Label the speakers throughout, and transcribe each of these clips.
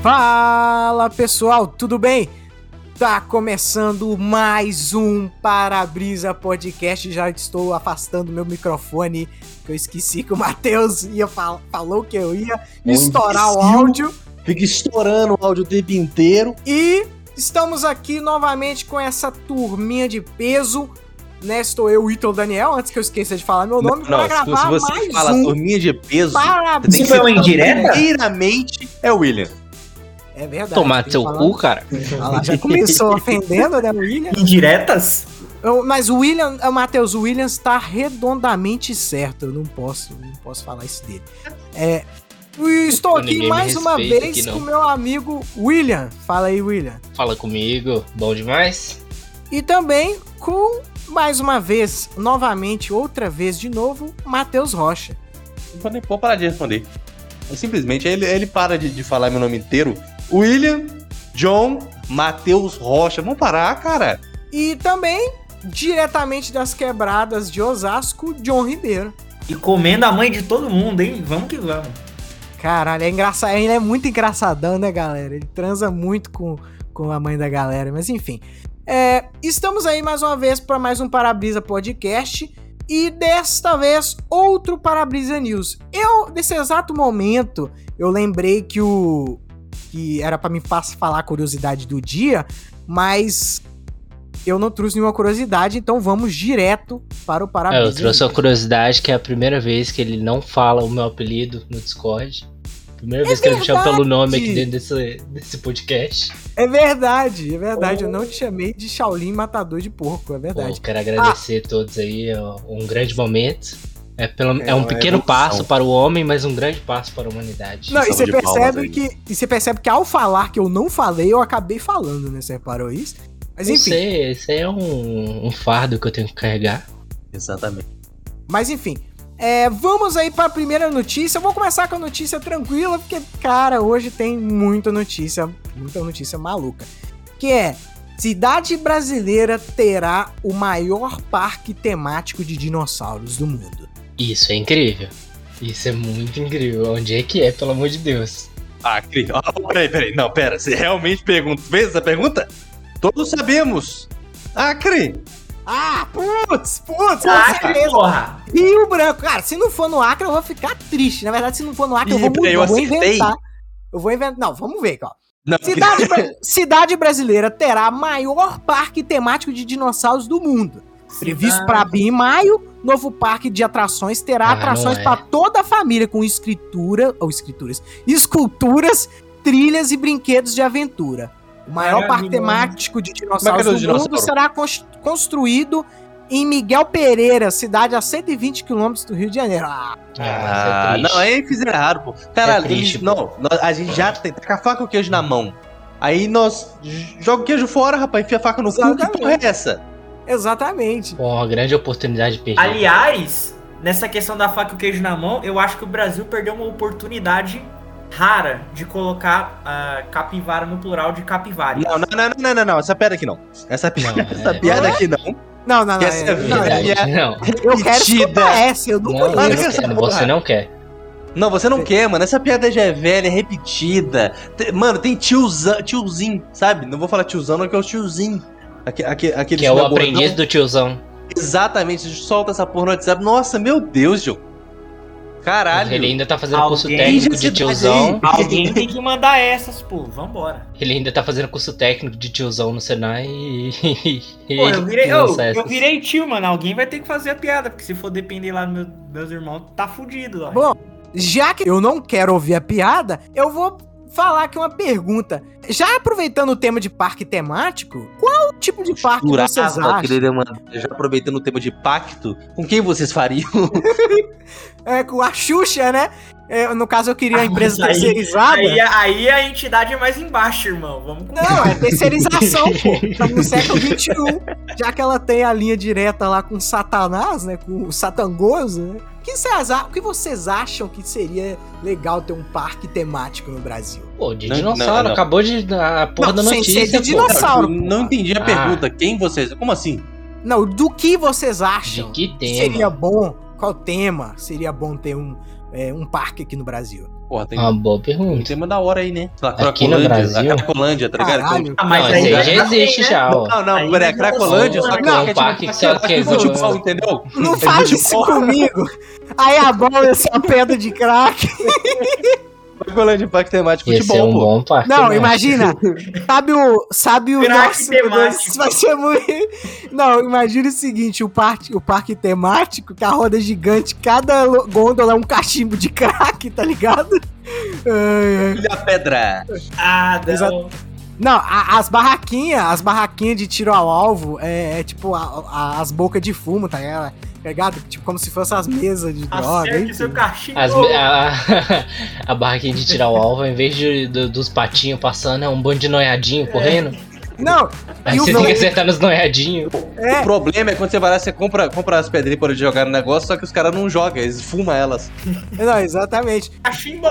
Speaker 1: Fala pessoal, tudo bem? Tá começando mais um Parabrisa Podcast. Já estou afastando meu microfone, que eu esqueci que o Matheus ia fal falou que eu ia
Speaker 2: Um
Speaker 1: estourar o
Speaker 2: imbecil.
Speaker 1: áudio.
Speaker 2: Fica estourando o áudio o tempo inteiro.
Speaker 1: E estamos aqui novamente com essa turminha de peso. Né, estou eu, Ítalo Daniel, antes que eu esqueça de falar meu nome,
Speaker 2: não,
Speaker 1: para gravar
Speaker 2: se você
Speaker 1: mais
Speaker 2: fala
Speaker 1: um
Speaker 2: turminha de peso,
Speaker 1: Parabrisa.
Speaker 2: você tem que
Speaker 3: foi uma
Speaker 2: ser-
Speaker 3: indireta?
Speaker 2: Primeiramente é o William.
Speaker 1: É verdade. tem
Speaker 4: Tomar do
Speaker 1: que
Speaker 4: seu
Speaker 1: falar-
Speaker 4: cu, cara.
Speaker 1: Olha lá, já começou ofendendo, né, William?
Speaker 3: Indiretas?
Speaker 1: Eu- mas o William, o Matheus Williams tá redondamente certo. Eu não posso, não posso falar isso dele. É, e estou
Speaker 4: Ninguém
Speaker 1: aqui
Speaker 4: me
Speaker 1: mais uma
Speaker 4: respeita
Speaker 1: vez
Speaker 4: aqui, não.
Speaker 1: com meu amigo William. Fala aí, William.
Speaker 4: Fala comigo, bom demais.
Speaker 1: E também com mais uma vez, novamente, outra vez de novo, Matheus Rocha.
Speaker 2: Não vou nem vou parar de responder. Eu É simplesmente ele, ele para de, de falar meu nome inteiro. William, John, Matheus Rocha. Vamos parar, cara.
Speaker 1: E também, diretamente das quebradas de Osasco, John Ribeiro.
Speaker 3: E comendo a mãe de todo mundo, hein? Vamos que vamos.
Speaker 1: Caralho, é engraçado. Ele é muito engraçadão, né, galera? Ele transa muito com, com a mãe da galera. Mas enfim. É, estamos aí mais uma vez para mais um Parabrisa Podcast. E desta vez, outro Parabrisa News. Eu, nesse exato momento, eu lembrei que o. que era para me faz- falar a curiosidade do dia, mas eu não trouxe nenhuma curiosidade, então vamos direto para o Parabrisa.
Speaker 4: É, eu trouxe uma
Speaker 1: News.
Speaker 4: curiosidade que é a primeira vez que ele não fala o meu apelido no Discord. Primeira vez que ele me chama pelo nome aqui dentro desse, desse podcast.
Speaker 1: É verdade, é verdade. Eu
Speaker 2: Oh.
Speaker 1: não te chamei de Shaolin matador de porco, é
Speaker 4: Pô,
Speaker 1: verdade. Ah!
Speaker 4: quero agradecer a todos aí, é um grande momento. É, pelo- é
Speaker 2: É
Speaker 4: um
Speaker 2: uma
Speaker 4: pequeno
Speaker 2: evolução.
Speaker 4: passo para o homem, mas um grande passo para a humanidade.
Speaker 1: Não, e
Speaker 2: Salva
Speaker 1: você
Speaker 2: Oh, de palmas
Speaker 1: percebe
Speaker 2: aí.
Speaker 1: que e você percebe que ao falar que eu não falei, eu acabei falando, né? Você reparou isso? Mas
Speaker 4: Não
Speaker 1: enfim,
Speaker 4: sei, esse aí é um, um fardo que eu tenho que carregar.
Speaker 2: Exatamente.
Speaker 1: mas enfim. É, vamos aí para a primeira notícia. Eu vou começar com a notícia tranquila, porque cara, hoje tem muita notícia, muita notícia maluca. Que é: cidade brasileira terá o maior parque temático de dinossauros do mundo.
Speaker 4: Isso é incrível. Isso é muito incrível. Onde é que é, pelo amor de Deus?
Speaker 2: Ah, Cri. Ah, peraí, peraí. Não, pera. Você realmente pergunta, fez essa pergunta? Todos sabemos. Ah, Cri.
Speaker 1: Ah, putz, putz, com
Speaker 2: Ah,
Speaker 3: Acre,
Speaker 1: certeza.
Speaker 3: porra!
Speaker 1: Rio Branco. Cara, se não for no Acre, eu vou ficar triste. Na verdade, se não for no Acre, eu
Speaker 2: Ih,
Speaker 1: vou mudar.
Speaker 2: peraí,
Speaker 1: Eu,
Speaker 2: eu
Speaker 1: vou
Speaker 2: acertei?
Speaker 1: inventar. Eu vou inventar. Não, vamos ver, ó.
Speaker 2: Não,
Speaker 1: Cidade, bra- Cidade brasileira terá maior parque temático de dinossauros do mundo. Previsto para abrir em maio, novo parque de atrações terá
Speaker 4: Ah,
Speaker 1: atrações
Speaker 4: não é.
Speaker 1: para toda a família, com escritura, ou escrituras, esculturas, trilhas e brinquedos de aventura. O maior parque
Speaker 3: Maravilhoso.
Speaker 1: temático de
Speaker 2: Como é
Speaker 1: dinossauros
Speaker 2: que é
Speaker 1: do
Speaker 2: o dinossauro?
Speaker 1: mundo será cons- construído em Miguel Pereira, cidade a 120 quilômetros do Rio de Janeiro. Ah,
Speaker 2: Ah,
Speaker 4: isso é triste.
Speaker 2: não, aí fizeram errado, pô. Caralho,
Speaker 4: É triste,
Speaker 2: eles- não, nós- a gente já tem, tá com a faca e o queijo na mão. Aí nós j- joga o queijo fora, rapaz, enfia a faca no cu,
Speaker 1: Exatamente.
Speaker 2: que porra é essa?
Speaker 1: exatamente.
Speaker 4: Pô, uma grande oportunidade perdida.
Speaker 3: Aliás, nessa questão da faca e o queijo na mão, eu acho que o Brasil perdeu uma oportunidade rara de colocar ah, capivara no plural de capivares.
Speaker 2: Não, não, não, não, não, não, não, essa piada aqui não. Essa, pi-
Speaker 4: Não,
Speaker 2: essa
Speaker 4: é-
Speaker 2: piada aqui não.
Speaker 1: Não, não, não.
Speaker 2: Essa
Speaker 1: é-
Speaker 2: é
Speaker 1: não, é-
Speaker 2: verdade.
Speaker 4: Verdade, não.
Speaker 1: eu quero escutar essa, eu não
Speaker 4: Não,
Speaker 1: conheço.
Speaker 4: eu
Speaker 2: Olha
Speaker 4: não
Speaker 2: essa
Speaker 4: quero,
Speaker 2: porra.
Speaker 4: você não quer.
Speaker 2: Não, você não quer, mano. Essa piada já é velha, é repetida. Te- Mano, tem tiozão, tiozinho, sabe? Não vou falar tiozão, não, que é o tiozinho. Aque, aque, aquele
Speaker 3: um
Speaker 4: Que é o
Speaker 2: cidadão-
Speaker 4: aprendiz do tiozão.
Speaker 2: Exatamente, solta essa porra no WhatsApp. Nossa, meu Deus, João. Caralho.
Speaker 4: Ele ainda tá fazendo curso
Speaker 3: Alguém
Speaker 4: técnico
Speaker 2: de cidade
Speaker 4: de tiozão.
Speaker 3: Alguém tem que mandar essas, pô. Vambora.
Speaker 4: Ele ainda tá fazendo curso técnico de tiozão no Senai e. e
Speaker 3: Pô, eu
Speaker 4: ele
Speaker 3: virei, eu,
Speaker 4: lança
Speaker 3: eu
Speaker 4: essas.
Speaker 3: virei tio, mano. Alguém vai ter que fazer a piada, porque se for depender lá dos meu, meus irmãos, tá fudido, ó.
Speaker 1: Bom, já que eu não quero ouvir a piada, eu vou falar aqui uma pergunta. Já aproveitando o tema de parque temático, qual tipo de parque
Speaker 2: Jurava
Speaker 1: vocês
Speaker 2: que
Speaker 1: acham?
Speaker 2: ele era uma- Já aproveitando o tema de pacto, com quem vocês fariam?
Speaker 1: É, com a Xuxa, né? É, no caso, eu queria a
Speaker 3: Ah,
Speaker 1: empresa
Speaker 3: mas aí-
Speaker 1: terceirizada.
Speaker 3: Aí, aí a entidade é mais embaixo, irmão. Vamos com
Speaker 1: Não, é terceirização, pô. Tá no século XXI. Já que ela tem a linha direta lá com Satanás, né? Com o Satangoso, né? O que vocês a- o que vocês acham que seria legal ter um parque temático no Brasil?
Speaker 4: Pô, de
Speaker 2: Não,
Speaker 4: dinossauro,
Speaker 2: não, não.
Speaker 4: acabou de. A porra
Speaker 1: Não,
Speaker 4: da
Speaker 1: sem ser de
Speaker 4: notícia. pô.
Speaker 1: dinossauro. Dinossauro,
Speaker 2: Eu Não entendi a
Speaker 4: Ah.
Speaker 2: pergunta. Quem vocês. Como assim?
Speaker 1: Não, do que vocês acham?
Speaker 4: De que
Speaker 1: Seria
Speaker 4: tema?
Speaker 1: bom. Qual tema seria bom ter um, é, um parque aqui no Brasil?
Speaker 2: Porra, tem
Speaker 4: Uma boa
Speaker 2: um
Speaker 4: pergunta.
Speaker 2: tema da hora aí, né? Sei lá,
Speaker 4: Ah. Aqui no
Speaker 2: Cracolândia,
Speaker 4: Brasil?
Speaker 2: a Cracolândia, tá ligado?
Speaker 1: Caralho.
Speaker 3: Ah, mas
Speaker 4: Mas não,
Speaker 3: aí
Speaker 4: esse aí
Speaker 3: já
Speaker 4: já
Speaker 3: tem,
Speaker 4: existe
Speaker 3: né?
Speaker 4: já, ó.
Speaker 2: Não, não,
Speaker 3: Aí
Speaker 2: peraí, é
Speaker 3: não tá
Speaker 2: Cracolândia, só
Speaker 3: zoando,
Speaker 2: que
Speaker 4: né?
Speaker 2: não,
Speaker 4: O parque que você quer
Speaker 2: é futebol,
Speaker 4: zoando.
Speaker 2: entendeu? É
Speaker 1: Não faz
Speaker 2: de
Speaker 1: isso comigo. Aí a bola é só pedra de crack.
Speaker 2: Cracolândia, parque temático, de
Speaker 4: Esse é
Speaker 2: futebol,
Speaker 4: um
Speaker 2: pô.
Speaker 4: bom parque.
Speaker 1: Não,
Speaker 4: né?
Speaker 1: imagina. Sabe o. Sabe o.
Speaker 3: Crack
Speaker 1: meu Deus,
Speaker 3: temático.
Speaker 1: isso vai ser muito. Não, imagina o seguinte: o parque, o parque temático, que a roda é gigante, cada lo- gôndola é um cachimbo de crack, tá ligado? Ai, ai.
Speaker 2: Filha Pedra.
Speaker 3: Ah, não.
Speaker 1: Exato. Não, a- as barraquinhas, as barraquinhas de tiro ao alvo é, é tipo a- a- as bocas de fumo, tá ligado? Pegado, tipo como se fossem as mesas de droga.
Speaker 3: Acerte
Speaker 1: enfim.
Speaker 3: seu cachimbo.
Speaker 4: As- a, a barraquinha de tirar o alvo, em vez de, do- dos patinhos passando, é um bando de noiadinho correndo.
Speaker 1: Não, E
Speaker 4: Aí
Speaker 1: o
Speaker 4: você tem
Speaker 1: vôlei?
Speaker 4: que acertar nos noiadinhos.
Speaker 1: é,
Speaker 2: O problema é quando você vai lá, você compra, compra as pedrinhas pra jogar no negócio, só que os caras não jogam, eles fumam elas.
Speaker 1: não, exatamente.
Speaker 3: Cachimbo!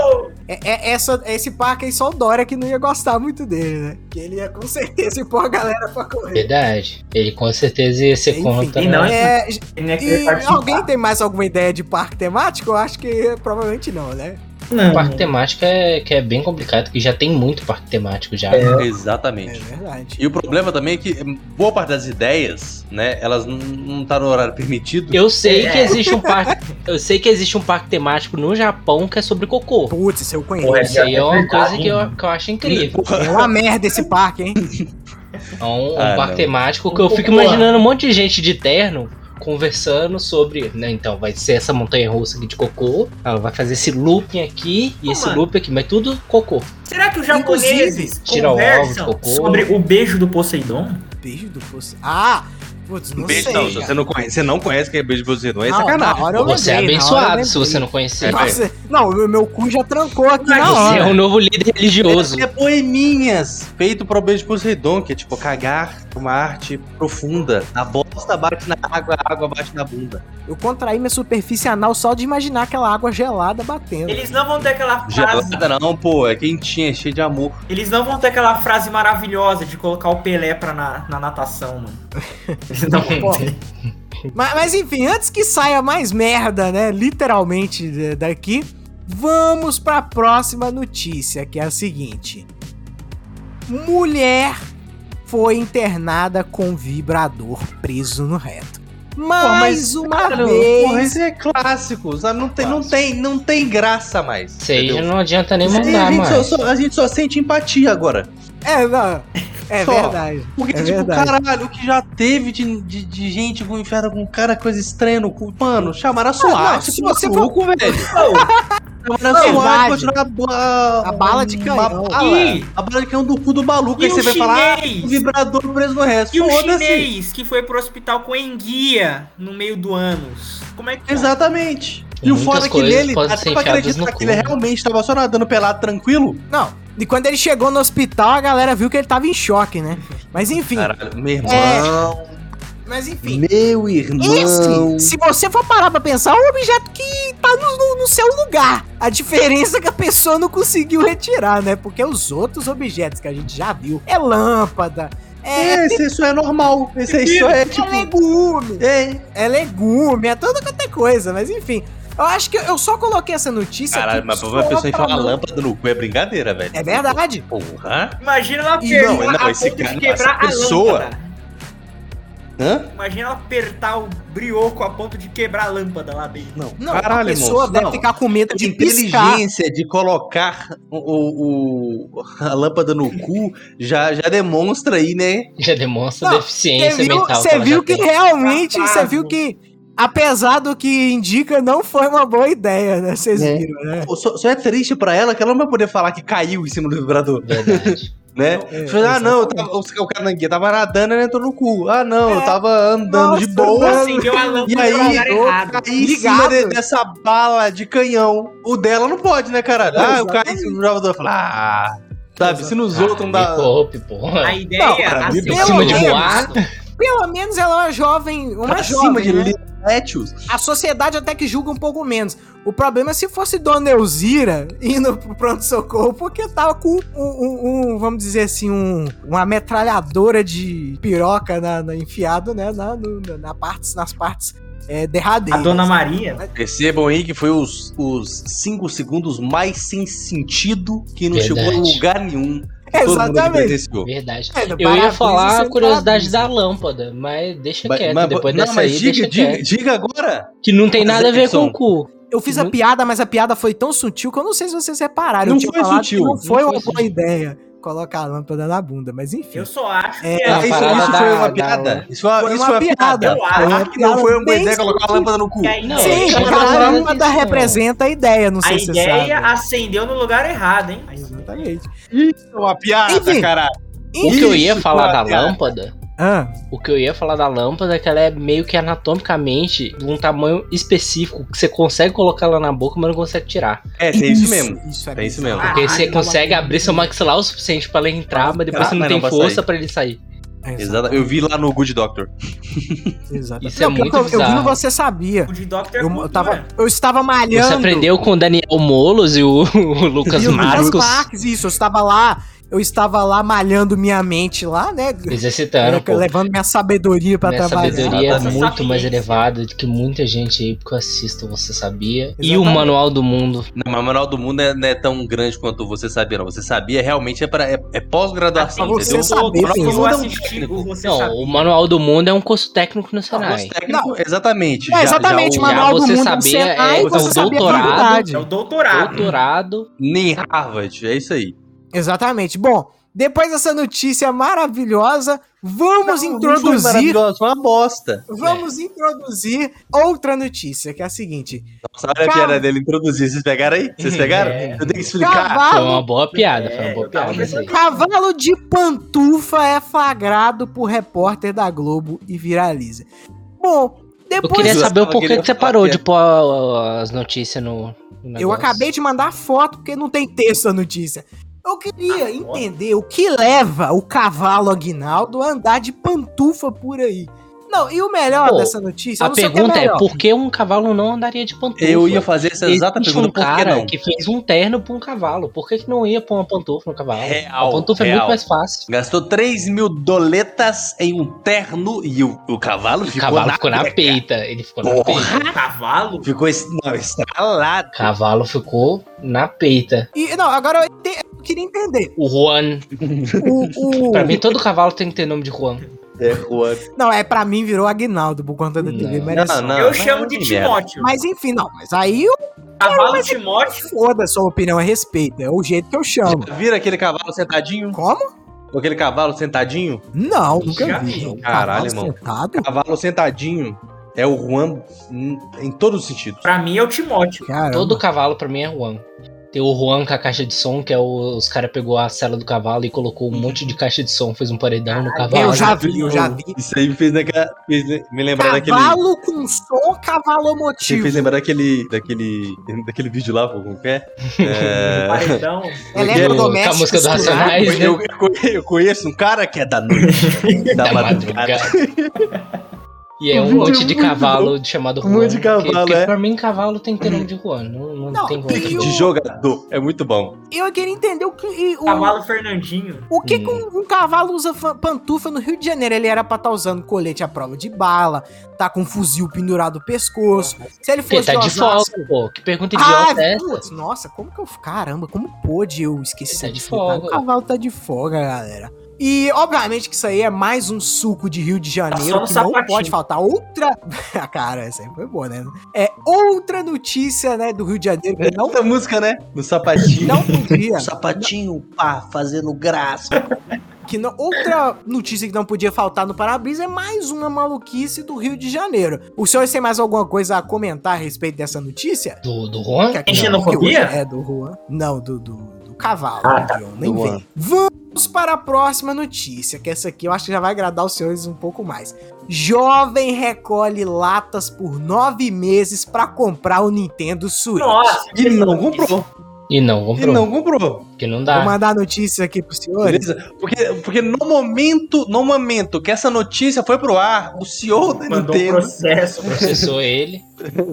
Speaker 1: É, é- é só- é esse parque aí só o Dória que não ia gostar muito dele, né? Que ele ia com certeza ia pôr a galera pra correr.
Speaker 4: Verdade. Ele com certeza ia ser
Speaker 1: Enfim,
Speaker 4: contra.
Speaker 3: e não
Speaker 4: né?
Speaker 1: É,
Speaker 3: Tem que
Speaker 1: e
Speaker 3: participar.
Speaker 1: alguém tem mais alguma ideia de parque temático? Eu acho que provavelmente não, né?
Speaker 3: Não.
Speaker 4: Parque temático é, que é bem complicado, que já tem muito parque temático já.
Speaker 1: É
Speaker 2: Exatamente.
Speaker 1: verdade.
Speaker 2: E o problema também é que boa parte das ideias, né, elas não- não tá no horário permitido.
Speaker 4: Eu sei
Speaker 3: É.
Speaker 4: que existe um parque. Eu sei que existe um parque temático no Japão que é sobre cocô.
Speaker 1: Putz, isso eu conheço.
Speaker 3: Porra,
Speaker 4: Isso aí é uma
Speaker 3: verdade,
Speaker 4: coisa que eu,
Speaker 3: hein?
Speaker 4: que eu acho incrível.
Speaker 1: É uma merda esse parque, hein?
Speaker 4: É um, um
Speaker 2: Ah,
Speaker 4: parque
Speaker 2: não.
Speaker 4: temático que eu fico
Speaker 3: Porra.
Speaker 4: imaginando um monte de gente de terno conversando sobre. Né, então, vai ser essa montanha russa aqui de cocô. Ela vai fazer esse looping aqui e
Speaker 3: Ô,
Speaker 4: esse
Speaker 3: mano.
Speaker 4: looping aqui, mas tudo cocô.
Speaker 3: Será que os japoneses
Speaker 4: tira o
Speaker 3: conversam
Speaker 4: alvo de cocô.
Speaker 3: sobre o beijo do Poseidon?
Speaker 1: Beijo do fosse. Ah! Putz, não
Speaker 2: Beijo,
Speaker 1: sei.
Speaker 2: não, se
Speaker 1: cara.
Speaker 2: você não conhece, você não conhece que é beijo de Poseidon, é
Speaker 1: Não,
Speaker 2: sacanagem.
Speaker 1: na hora eu
Speaker 2: pô.
Speaker 4: você é
Speaker 1: lembrei, na hora eu
Speaker 4: abençoado se
Speaker 1: lembrei. É
Speaker 4: você não conhecer.
Speaker 1: Nossa, não, o meu cu já trancou aqui na
Speaker 3: Mas
Speaker 4: Você é
Speaker 1: hora.
Speaker 4: um novo líder religioso.
Speaker 2: É poeminhas feito pro beijo de Poseidon, que é tipo cagar uma arte profunda. A bosta bate na água, a água bate na bunda.
Speaker 1: Eu contraí minha superfície anal só de imaginar aquela água gelada batendo.
Speaker 3: Eles não vão ter aquela frase.
Speaker 2: Gelada não, pô, é quentinha, é cheia de amor.
Speaker 3: Eles não vão ter aquela frase maravilhosa de colocar o Pelé pra na, na natação, mano. Eles não vão
Speaker 1: Pô,
Speaker 3: ter.
Speaker 1: Mas, mas, enfim, antes que saia mais merda, né? Literalmente eh, daqui, vamos pra próxima notícia, que é a seguinte: mulher foi internada com vibrador preso no reto. Mais uma
Speaker 2: Cara,
Speaker 1: vez.
Speaker 2: Porra, isso é clássico. sabe? Não tem, não tem, não tem graça mais.
Speaker 4: Isso aí já
Speaker 2: entendeu?
Speaker 4: não adianta nem
Speaker 2: Isso aí
Speaker 4: mandar,
Speaker 2: a, gente só,
Speaker 4: mano.
Speaker 2: só- a gente só sente empatia agora.
Speaker 1: É, não, é
Speaker 2: Só.
Speaker 1: verdade.
Speaker 2: Porque,
Speaker 1: É
Speaker 2: tipo,
Speaker 1: verdade.
Speaker 2: caralho, o que já teve de, de, de gente com inferno com cara, coisa estranha no cu. Mano, chamaram a
Speaker 1: Ah, não,
Speaker 2: SWAT.
Speaker 1: se
Speaker 2: pro
Speaker 1: você
Speaker 2: maluco, velho. Chamaram a
Speaker 1: Verdade.
Speaker 2: SWAT pra tirar a, ba-
Speaker 1: A bala de
Speaker 2: uma
Speaker 1: canhão.
Speaker 2: bala.
Speaker 3: Ih.
Speaker 2: A bala de canhão do cu do maluco.
Speaker 3: E
Speaker 2: Aí
Speaker 3: o
Speaker 2: você vai falar, ah,
Speaker 3: chinês?
Speaker 2: o vibrador preso no resto.
Speaker 3: E o
Speaker 2: Foda-se.
Speaker 3: chinês que foi pro hospital com enguia no meio do ânus. Como é que
Speaker 2: Exatamente. E o
Speaker 4: Muitas
Speaker 2: foda é que
Speaker 4: coisas
Speaker 2: nele,
Speaker 4: podem
Speaker 2: até
Speaker 4: ser
Speaker 2: pra
Speaker 4: enfiadas no
Speaker 2: acreditar
Speaker 4: cu,
Speaker 2: que ele
Speaker 4: né?
Speaker 2: realmente tava só nadando pelado tranquilo,
Speaker 1: Não, e quando ele chegou no hospital, a galera viu que ele tava em choque, né? Mas enfim,
Speaker 2: Caralho, meu
Speaker 1: irmão. mas enfim.
Speaker 2: É. Meu irmão.
Speaker 1: Esse, se você for parar pra pensar, é um objeto que tá no, no- no seu lugar. A diferença é que a pessoa não conseguiu retirar, né? Porque os outros objetos que a gente já viu é lâmpada, é,
Speaker 2: É, esse, isso é normal. Esse, isso é
Speaker 1: é
Speaker 2: tipo.
Speaker 1: legume,
Speaker 2: É.
Speaker 1: é legume, é toda quanto é coisa, mas enfim. Eu acho que eu, eu só coloquei essa notícia.
Speaker 2: Caralho,
Speaker 1: aqui
Speaker 2: mas pra
Speaker 1: só
Speaker 2: uma pessoa enfiar
Speaker 1: pra-
Speaker 2: uma lâmpada no cu é brincadeira, velho.
Speaker 1: É verdade.
Speaker 2: Porra.
Speaker 3: Imagina ela
Speaker 1: E
Speaker 3: perder
Speaker 2: não,
Speaker 3: a
Speaker 2: não,
Speaker 3: ponto
Speaker 2: esse
Speaker 3: de
Speaker 2: cara-
Speaker 3: quebrar
Speaker 2: essa
Speaker 3: a
Speaker 2: pessoa-
Speaker 3: lâmpada.
Speaker 2: Hã?
Speaker 3: Imagina ela apertar o brioco a ponto de quebrar a lâmpada lá dentro.
Speaker 2: Não,
Speaker 1: Não, a
Speaker 2: caralho,
Speaker 1: pessoa
Speaker 2: moço,
Speaker 1: deve
Speaker 2: não.
Speaker 1: ficar com medo de piscar.
Speaker 2: É inteligência de colocar o, o- o- a lâmpada no cu já, já demonstra aí, né?
Speaker 4: Já demonstra
Speaker 1: Não,
Speaker 4: deficiência
Speaker 1: viu,
Speaker 4: mental.
Speaker 1: cê
Speaker 4: ela já
Speaker 1: viu que
Speaker 4: tem.
Speaker 1: realmente, você
Speaker 3: Safado.
Speaker 1: viu que, apesar do que indica, não foi uma boa ideia, né? Vocês
Speaker 2: É.
Speaker 1: viram, né?
Speaker 2: Pô, Só, só é triste pra ela que ela não vai poder falar que caiu em cima do vibrador,
Speaker 4: Verdade.
Speaker 2: né?
Speaker 1: É,
Speaker 2: Tipo, ah, não, eu tava, os- o cananguinha tava nadando e ela entrou no cu. Ah, não, eu
Speaker 1: É.
Speaker 2: tava andando de
Speaker 1: Nossa,
Speaker 2: boa.
Speaker 1: mano.
Speaker 3: Acendeu a
Speaker 2: E
Speaker 3: lâmpada
Speaker 2: aí,
Speaker 3: no lugar
Speaker 1: eu
Speaker 3: errado.
Speaker 2: caí em cima de-
Speaker 1: Ligado.
Speaker 2: dessa bala de canhão. O dela não pode, né, caralho?
Speaker 1: Não,
Speaker 2: ah, eu caí em
Speaker 1: exatamente.
Speaker 2: cima do jogador. Ah, sabe, se nos outros não
Speaker 4: Ah,
Speaker 2: dá.
Speaker 4: me poupe, porra.
Speaker 3: A ideia
Speaker 1: Não,
Speaker 3: é
Speaker 2: pra mim,
Speaker 4: Em
Speaker 1: pelo
Speaker 4: cima de
Speaker 1: menos.
Speaker 4: Moá.
Speaker 1: Pelo menos ela é uma jovem, uma
Speaker 2: Pra
Speaker 1: jovem,
Speaker 2: cima de
Speaker 1: né?
Speaker 2: li- Létios.
Speaker 1: A sociedade até que julga um pouco menos. O problema é se fosse Dona Elzira indo pro pronto-socorro, porque tava com um, um- um, vamos dizer assim, um- uma metralhadora de piroca na, na- enfiado, né? Na, no- na- na partes, nas partes é,
Speaker 3: A
Speaker 1: derradeiras.
Speaker 3: Dona Maria.
Speaker 2: Percebam aí que foi os, os cinco segundos mais sem sentido que não
Speaker 4: Verdade.
Speaker 2: chegou em lugar nenhum.
Speaker 1: Exatamente.
Speaker 2: presenciou.
Speaker 4: Verdade.
Speaker 1: É, no
Speaker 4: Eu ia
Speaker 1: parabrisa,
Speaker 4: falar
Speaker 1: você tá
Speaker 4: a curiosidade
Speaker 1: parabrisa.
Speaker 4: da lâmpada, mas deixa
Speaker 2: Mas-
Speaker 4: quieto.
Speaker 2: mas-
Speaker 4: Depois
Speaker 2: não,
Speaker 4: dessa
Speaker 2: mas
Speaker 4: aí,
Speaker 2: diga,
Speaker 4: deixa
Speaker 2: diga,
Speaker 4: quieto.
Speaker 2: diga agora.
Speaker 4: Que não tem
Speaker 2: Mas,
Speaker 4: nada a ver com
Speaker 2: Edson,
Speaker 4: o cu.
Speaker 1: Eu fiz a
Speaker 4: Uhum.
Speaker 1: piada, mas a piada foi tão sutil que eu não sei se vocês repararam.
Speaker 2: Não
Speaker 1: eu tinha
Speaker 2: foi
Speaker 1: falado
Speaker 2: sutil,
Speaker 1: que não
Speaker 2: não
Speaker 1: foi
Speaker 4: foi
Speaker 1: uma boa
Speaker 4: sutil.
Speaker 1: ideia colocar a lâmpada na bunda, mas enfim.
Speaker 3: Eu só acho
Speaker 1: É,
Speaker 3: que
Speaker 2: Ah,
Speaker 4: a
Speaker 2: isso
Speaker 4: parada
Speaker 2: isso
Speaker 4: da-
Speaker 2: foi uma
Speaker 4: da-
Speaker 2: piada. isso foi,
Speaker 1: Foi
Speaker 2: isso
Speaker 1: uma
Speaker 2: foi uma
Speaker 1: piada.
Speaker 2: piada.
Speaker 3: Eu acho
Speaker 2: Eu acho que não
Speaker 1: piada
Speaker 2: foi uma boa
Speaker 1: bem
Speaker 2: ideia colocar a lâmpada no cu.
Speaker 3: É, não,
Speaker 1: Sim,
Speaker 4: eu
Speaker 1: mas
Speaker 4: acho que
Speaker 1: a
Speaker 4: não era
Speaker 1: lâmpada
Speaker 4: isso, não.
Speaker 1: representa a ideia, não
Speaker 3: a
Speaker 1: sei se você sabe.
Speaker 4: é
Speaker 3: ideia acendeu no lugar errado, hein?
Speaker 1: Exatamente.
Speaker 2: Isso é uma piada,
Speaker 1: Enfim.
Speaker 2: caralho.
Speaker 4: O que eu ia
Speaker 2: Isso,
Speaker 4: falar da
Speaker 2: cara.
Speaker 4: lâmpada.
Speaker 1: Ah,
Speaker 4: O que eu ia falar da lâmpada é que ela é meio que anatomicamente de um tamanho específico que você consegue colocar ela na boca, mas não consegue tirar.
Speaker 2: É, tem isso mesmo.
Speaker 1: Isso
Speaker 2: Tem isso mesmo.
Speaker 1: bizarro.
Speaker 4: Porque você
Speaker 3: Caralho,
Speaker 4: consegue
Speaker 3: maluco.
Speaker 4: abrir seu maxilar o suficiente pra ela entrar, mas depois
Speaker 2: Ah,
Speaker 4: você não
Speaker 2: mas
Speaker 4: tem
Speaker 2: não vai
Speaker 4: força
Speaker 2: sair.
Speaker 4: pra ele sair.
Speaker 2: Exato. Eu vi lá no Good Doctor.
Speaker 1: Exato.
Speaker 4: Isso é
Speaker 1: Não, pior
Speaker 4: muito
Speaker 1: que eu- eu, vi no
Speaker 4: bizarro.
Speaker 1: Você Sabia.
Speaker 3: O de Dr.
Speaker 1: Eu, eu
Speaker 3: Cultura. Tá
Speaker 1: tava,
Speaker 2: é?
Speaker 1: eu estava malhando.
Speaker 4: Você aprendeu com o Daniel Molos e o, o Lucas
Speaker 1: e o Lucas
Speaker 4: Marcos
Speaker 1: Marques, isso. Eu estava lá, eu estava lá malhando minha mente lá, né?
Speaker 4: exercitaram, pô.
Speaker 1: levando minha sabedoria pra
Speaker 4: Minha
Speaker 1: trabalhar.
Speaker 4: sabedoria é
Speaker 2: Exatamente.
Speaker 4: muito mais
Speaker 3: Sapiência.
Speaker 4: elevada do que muita gente aí, porque eu assisto, você sabia. E o
Speaker 1: Exatamente.
Speaker 4: Manual do Mundo.
Speaker 2: Não, mas o Manual do Mundo é- não é tão grande quanto você sabia, não. Você sabia realmente é, pra, é, é pós-graduação,
Speaker 1: Pra você
Speaker 2: entendeu?
Speaker 1: saber,
Speaker 2: O Manual do
Speaker 1: filho.
Speaker 2: Mundo
Speaker 3: Eu
Speaker 2: é um
Speaker 3: assisti
Speaker 2: técnico.
Speaker 3: o Você
Speaker 4: Não,
Speaker 3: Sabia.
Speaker 4: o Manual do Mundo é um curso técnico no
Speaker 2: Não,
Speaker 4: Senai.
Speaker 2: gosto técnico,
Speaker 1: Não.
Speaker 2: Exatamente.
Speaker 1: É, exatamente,
Speaker 4: já
Speaker 2: o-
Speaker 1: Manual do
Speaker 4: você
Speaker 1: Mundo
Speaker 4: sabia,
Speaker 1: do Senai,
Speaker 2: é,
Speaker 1: você
Speaker 2: o
Speaker 1: sabia a
Speaker 4: doutorado.
Speaker 1: faculdade.
Speaker 3: É o doutorado.
Speaker 4: Doutorado.
Speaker 2: Nem Harvard, é isso aí.
Speaker 1: Exatamente. Bom, depois dessa notícia maravilhosa, vamos
Speaker 2: Não, não foi
Speaker 1: introduzir.
Speaker 2: maravilhoso, Foi uma bosta.
Speaker 1: Vamos introduzir outra notícia, que é a seguinte:
Speaker 2: Nossa, olha
Speaker 1: Cara.
Speaker 2: a piada dele introduzir. Vocês pegaram aí? Vocês pegaram?
Speaker 4: É.
Speaker 2: Eu tenho que explicar.
Speaker 4: Foi
Speaker 1: cavalo,
Speaker 4: uma boa piada, foi uma
Speaker 3: É,
Speaker 4: boa
Speaker 3: eu tava
Speaker 4: piada. isso aí.
Speaker 1: cavalo de pantufa é flagrado por repórter da Globo e viraliza. Bom,
Speaker 4: Eu
Speaker 1: depois.
Speaker 4: queria
Speaker 2: Pois é.
Speaker 4: saber o
Speaker 2: Eu
Speaker 4: porquê
Speaker 2: queria
Speaker 4: que você
Speaker 2: falar
Speaker 4: parou
Speaker 2: que é.
Speaker 4: de pôr as notícias no. no
Speaker 1: Eu
Speaker 4: negócio.
Speaker 1: acabei de mandar foto porque não tem texto a notícia. Eu queria
Speaker 3: Ah, foda.
Speaker 1: entender o que leva o cavalo Aguinaldo a andar de pantufa por aí. Não, e o melhor
Speaker 4: Pô,
Speaker 1: dessa notícia, eu
Speaker 4: A
Speaker 1: não sei o que
Speaker 4: pergunta é,
Speaker 1: melhor.
Speaker 4: por que um cavalo não andaria de pantufa?
Speaker 2: Eu ia fazer essa exata
Speaker 4: Existe
Speaker 2: pergunta,
Speaker 4: um
Speaker 2: por que
Speaker 4: cara
Speaker 2: não?
Speaker 4: que fez um terno pra um cavalo. Por que, que não ia pôr uma pantufa no cavalo?
Speaker 2: Real,
Speaker 4: a pantufa é
Speaker 2: real.
Speaker 4: muito mais fácil.
Speaker 2: Gastou 3 mil doletas em um terno e o, o cavalo
Speaker 4: O
Speaker 2: ficou
Speaker 4: cavalo
Speaker 2: na...
Speaker 4: ficou na peita. Ele ficou na
Speaker 2: Porra.
Speaker 4: peita.
Speaker 3: Cavalo?
Speaker 2: Ficou es- não, estralado.
Speaker 4: O cavalo ficou na peita.
Speaker 1: E, não, agora eu, ente- eu queria entender.
Speaker 4: O Juan.
Speaker 1: O, o-
Speaker 4: Pra mim, todo cavalo tem que ter nome de Juan.
Speaker 2: É, Juan.
Speaker 1: Não, é pra mim virou Aguinaldo por conta da
Speaker 4: Não.
Speaker 1: TV. Ah, Mas,
Speaker 2: Não, não.
Speaker 3: eu chamo de
Speaker 2: mas-
Speaker 3: Timóteo.
Speaker 1: mas enfim, não. Mas aí eu
Speaker 3: Cavalo Timóteo.
Speaker 1: foda a sua opinião a respeito. É o jeito que eu chamo.
Speaker 2: Já viram aquele cavalo sentadinho?
Speaker 1: Como?
Speaker 2: Ou Aquele cavalo sentadinho?
Speaker 1: Não, nunca
Speaker 3: Já
Speaker 1: vi.
Speaker 3: vi.
Speaker 1: Um
Speaker 2: Caralho,
Speaker 1: cavalo
Speaker 2: irmão.
Speaker 1: sentado?
Speaker 2: Cavalo sentadinho é o Juan em, em todos os sentidos.
Speaker 3: Pra mim é o Timóteo.
Speaker 1: Caramba.
Speaker 4: Todo cavalo pra mim é Juan. Tem o Juan com a caixa de som, que é o- os caras pegou a cela do cavalo e colocou um monte de caixa de som, fez um paredão no cavalo.
Speaker 1: Eu já vi, eu já vi.
Speaker 2: Isso aí me fez, naquela- fez me lembrar daquele.
Speaker 1: Cavalo com som, cavalo
Speaker 2: Você
Speaker 1: motivo.
Speaker 2: fez lembrar daquele, daquele, daquele vídeo lá, pô, como que é? É,
Speaker 3: Paredão.
Speaker 1: Eletrodoméstico.
Speaker 4: Com a música do
Speaker 1: escurado.
Speaker 4: Racionais.
Speaker 2: eu, eu- eu conhe- eu conheço um cara que é da noite, da,
Speaker 4: da
Speaker 2: madrugada.
Speaker 4: madrugada. E é
Speaker 2: O
Speaker 4: um
Speaker 2: vídeo
Speaker 4: monte de
Speaker 2: é muito
Speaker 4: cavalo chamado
Speaker 2: Um
Speaker 4: Juan.
Speaker 2: monte de cavalo,
Speaker 4: porque,
Speaker 2: é.
Speaker 4: pra mim, cavalo tem que ter nome de Juan. Não, não,
Speaker 1: Não,
Speaker 4: tem como.
Speaker 1: tem
Speaker 2: De jogador, é muito bom.
Speaker 1: Eu queria entender o que. e o-
Speaker 3: Cavalo Fernandinho.
Speaker 1: O que, que um, um cavalo usa fa- pantufa no Rio de Janeiro? Ele era pra estar usando colete à prova de bala, tá com um fuzil pendurado no pescoço. Se ele
Speaker 4: Porque
Speaker 1: fosse um
Speaker 4: tá de
Speaker 1: Osasco-
Speaker 4: folga, pô. Que pergunta
Speaker 1: Ah,
Speaker 4: idiota é essa?
Speaker 1: putz, nossa, como que eu. Caramba, como pôde eu esquecer
Speaker 4: Ele tá de
Speaker 1: explicar?
Speaker 4: folga.
Speaker 1: O cavalo tá de folga, galera. E, obviamente, que isso aí é mais um suco de Rio de Janeiro
Speaker 3: Tá só
Speaker 1: que não
Speaker 3: no sapatinho.
Speaker 1: pode faltar. Outra. Ah, Cara, essa aí foi boa, né? É outra notícia, né, do Rio de Janeiro que não,
Speaker 2: Essa música, né? No sapatinho.
Speaker 1: não podia.
Speaker 2: sapatinho, pá, fazendo graça.
Speaker 1: que não- outra notícia que não podia faltar no Parabrisa é mais uma maluquice do Rio de Janeiro. O senhores têm mais alguma coisa a comentar a respeito dessa notícia?
Speaker 4: Do, do Juan?
Speaker 1: Que aqui-
Speaker 3: Tem xenofobia?
Speaker 1: É, do Juan. Não, do, do, do cavalo.
Speaker 3: Ah,
Speaker 1: né, John? Nem
Speaker 2: Do Juan.
Speaker 1: vem. Vamos para a próxima notícia, que essa aqui eu acho que já vai agradar os senhores um pouco mais. Jovem recolhe latas por nove meses pra comprar o Nintendo Switch.
Speaker 3: Nossa. é
Speaker 2: um E não comprou.
Speaker 4: E não comprou.
Speaker 2: E não comprou.
Speaker 4: Porque não
Speaker 1: Vou
Speaker 4: dá.
Speaker 1: mandar a notícia aqui pros senhores.
Speaker 2: Beleza? Porque, porque no momento, no momento que essa notícia foi pro ar, o CEO da
Speaker 3: Mandou um
Speaker 2: Nintendo
Speaker 3: processo.
Speaker 4: Processou ele.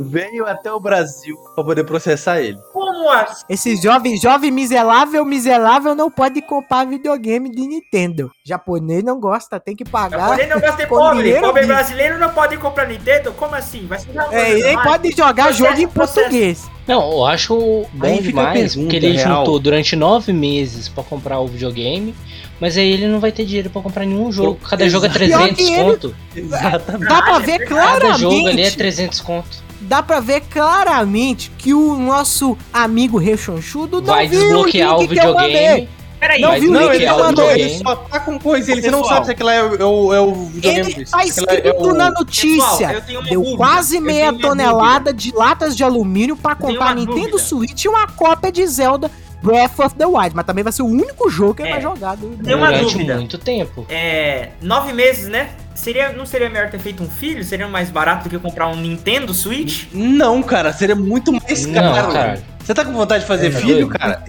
Speaker 2: veio até o Brasil pra poder processar ele.
Speaker 3: Como assim?
Speaker 1: Esse jovem, jovem miserável, miserável não pode comprar videogame de Nintendo. Japonês não gosta, tem que pagar.
Speaker 3: Japonês não gosta de
Speaker 1: com
Speaker 3: pobre.
Speaker 1: dinheiro
Speaker 3: Pobre
Speaker 1: vivo.
Speaker 3: brasileiro não pode comprar Nintendo? Como assim? Vai ser
Speaker 1: É, e nem pode jogar
Speaker 3: Processo,
Speaker 1: jogo em
Speaker 3: processo.
Speaker 1: português.
Speaker 4: Não, eu acho bom
Speaker 2: Aí fica a
Speaker 4: demais,
Speaker 2: pergunta
Speaker 4: porque ele
Speaker 2: real.
Speaker 4: juntou durante nove meses pra comprar o videogame, mas aí ele não vai ter dinheiro pra comprar nenhum jogo. Cada jogo é
Speaker 2: Exato.
Speaker 1: Pior que
Speaker 4: 300
Speaker 1: ele-
Speaker 4: conto.
Speaker 2: Exatamente.
Speaker 1: Dá pra ver
Speaker 4: Cada jogo ali é
Speaker 1: claramente.
Speaker 4: 300 conto.
Speaker 1: Dá pra ver claramente que o nosso amigo rechonchudo não
Speaker 4: Vai
Speaker 1: viu o
Speaker 4: desbloquear o
Speaker 1: link que eu mandei.
Speaker 4: videogame.
Speaker 3: Peraí,
Speaker 1: Não
Speaker 4: vai
Speaker 1: viu o
Speaker 2: Não,
Speaker 1: link
Speaker 2: ele
Speaker 1: que eu um
Speaker 2: não
Speaker 4: desbloquear o
Speaker 2: mandou, ele
Speaker 4: videogame.
Speaker 2: só tá com coisa, ele
Speaker 3: Pessoal.
Speaker 2: não sabe se aquilo lá é, o- é, o- é o videogame
Speaker 1: Ele tá
Speaker 2: é
Speaker 1: escrito na notícia.
Speaker 3: eu tenho uma
Speaker 1: Deu
Speaker 3: dúvida,
Speaker 1: quase
Speaker 3: eu
Speaker 1: meia
Speaker 3: tenho uma
Speaker 1: tonelada de latas de alumínio pra
Speaker 3: tenho
Speaker 1: comprar
Speaker 3: uma
Speaker 1: Nintendo
Speaker 3: dúvida.
Speaker 1: Switch e uma cópia de Zelda Breath of the Wild. Mas também vai ser o único jogo que ele
Speaker 3: É.
Speaker 1: vai jogar. né? do-
Speaker 3: Tem uma
Speaker 4: durante
Speaker 3: dúvida.
Speaker 4: muito tempo.
Speaker 3: É, nove meses, né? Seria, não seria melhor ter feito um filho? Seria mais barato do que comprar um Nintendo Switch?
Speaker 2: Não, cara, seria muito
Speaker 3: É
Speaker 2: mais caro.
Speaker 4: Não, caralho.
Speaker 2: Você tá com vontade de fazer
Speaker 4: É,
Speaker 2: filho,
Speaker 4: doido.
Speaker 2: cara?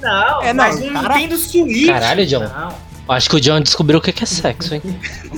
Speaker 3: Não,
Speaker 1: É, não,
Speaker 3: mas um
Speaker 1: cara-
Speaker 3: Nintendo Switch.
Speaker 4: Caralho, John.
Speaker 3: Não.
Speaker 4: Acho que o John descobriu o que que é sexo, hein?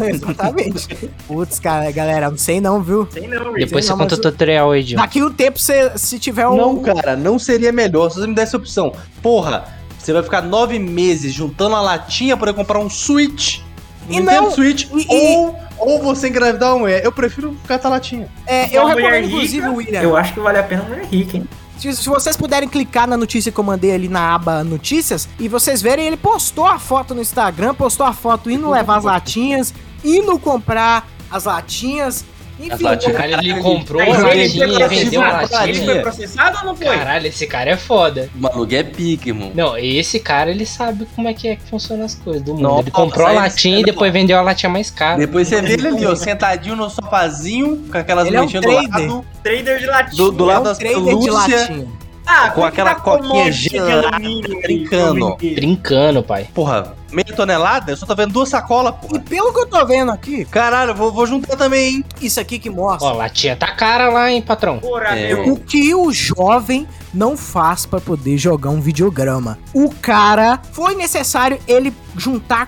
Speaker 1: Exatamente. Putz, cara, galera, não sei não, viu?
Speaker 3: Sei não, Rick.
Speaker 4: Depois
Speaker 1: Sim,
Speaker 4: você
Speaker 1: não, mas
Speaker 4: conta o tutorial aí, John.
Speaker 1: Daqui um tempo, cê, se tiver um.
Speaker 2: Não, cara, não seria melhor se você me desse a opção. Porra, você vai ficar nove meses juntando a latinha pra eu comprar um Switch. Um
Speaker 1: E
Speaker 2: Nintendo
Speaker 1: não-
Speaker 2: Switch.
Speaker 1: e-
Speaker 2: Ou, ou você engravidar um E. Eu prefiro ficar com a latinha.
Speaker 1: É, eu
Speaker 3: Uma mulher
Speaker 1: recomendo,
Speaker 3: rica,
Speaker 1: inclusive, William.
Speaker 3: Eu acho que vale a pena uma mulher rica, hein?
Speaker 1: Se, se vocês puderem clicar na notícia que eu mandei ali na aba notícias e vocês verem, ele postou a foto no Instagram, postou a foto indo levar as latinhas, indo comprar as latinhas. Enfim, é
Speaker 2: As latinhas.
Speaker 4: Cara, ele
Speaker 2: Caralho.
Speaker 4: comprou
Speaker 2: Aí
Speaker 4: a
Speaker 2: ele
Speaker 4: latinha
Speaker 2: foi
Speaker 4: e
Speaker 1: né?
Speaker 4: vendeu a
Speaker 2: processado,
Speaker 3: Ele
Speaker 4: latinha.
Speaker 3: foi processado ou não foi?
Speaker 4: Caralho, esse cara é foda.
Speaker 2: O maluco é pique, irmão.
Speaker 4: Não, esse cara ele sabe como é que é que funciona as coisas do mundo.
Speaker 2: Nossa,
Speaker 4: ele comprou a
Speaker 2: aí
Speaker 4: latinha
Speaker 2: esse
Speaker 4: e
Speaker 2: cara é
Speaker 4: depois vendeu a latinha mais cara.
Speaker 2: Depois você vê ele ali, ó, sentadinho no sofazinho, com aquelas
Speaker 1: Ele é um
Speaker 2: mexendo
Speaker 1: trader.
Speaker 2: do lado.
Speaker 3: Trader de latinha.
Speaker 2: Do- do
Speaker 1: é
Speaker 2: lado
Speaker 1: um
Speaker 2: das
Speaker 1: trader de
Speaker 2: Lúcia-
Speaker 1: latinha.
Speaker 3: Ah,
Speaker 2: com
Speaker 3: como
Speaker 2: aquela
Speaker 3: que tá com
Speaker 2: coquinha
Speaker 3: um monte de
Speaker 2: gelada, tá
Speaker 3: alumínio aí,
Speaker 2: trincando.
Speaker 3: alumínio?
Speaker 4: Brincando, pai.
Speaker 2: Porra, meia tonelada? Eu só tô vendo duas sacolas,
Speaker 1: E
Speaker 2: porra.
Speaker 1: pelo que eu tô vendo aqui,
Speaker 2: Caralho, eu vou, vou juntar também, hein?
Speaker 1: isso aqui que
Speaker 4: Ó, a
Speaker 1: mostra
Speaker 4: latinha tá cara lá, hein, patrão.
Speaker 3: Porra,
Speaker 2: É.
Speaker 3: meu.
Speaker 1: o que o jovem não faz pra poder jogar um videograma. O cara foi necessário ele juntar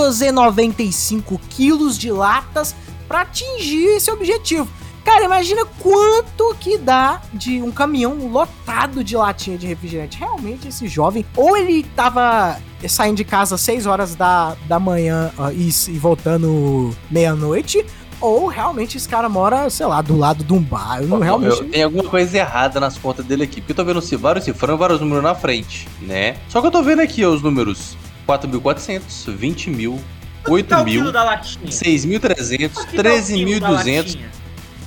Speaker 1: 495 quilos de latas pra atingir esse objetivo. Cara, imagina quanto que dá de um caminhão lotado de latinha de refrigerante. Realmente, esse jovem, ou ele tava saindo de casa às 6 horas da, da manhã ó, e, e voltando meia-noite, ou realmente esse cara mora, sei lá, do lado de um bar. Eu não realmente.
Speaker 2: Eu- tem alguma coisa errada nas contas dele aqui. Porque eu tô vendo ci- vários cifrão e vários números na frente, né? Só que eu tô vendo aqui ó, os números: 4.400, 20 mil, 8
Speaker 3: Quanto que é o
Speaker 2: mil,
Speaker 3: quilo da latinha?
Speaker 2: 6.300,
Speaker 3: Quanto que tá o quilo da
Speaker 2: 13.200.
Speaker 3: latinha?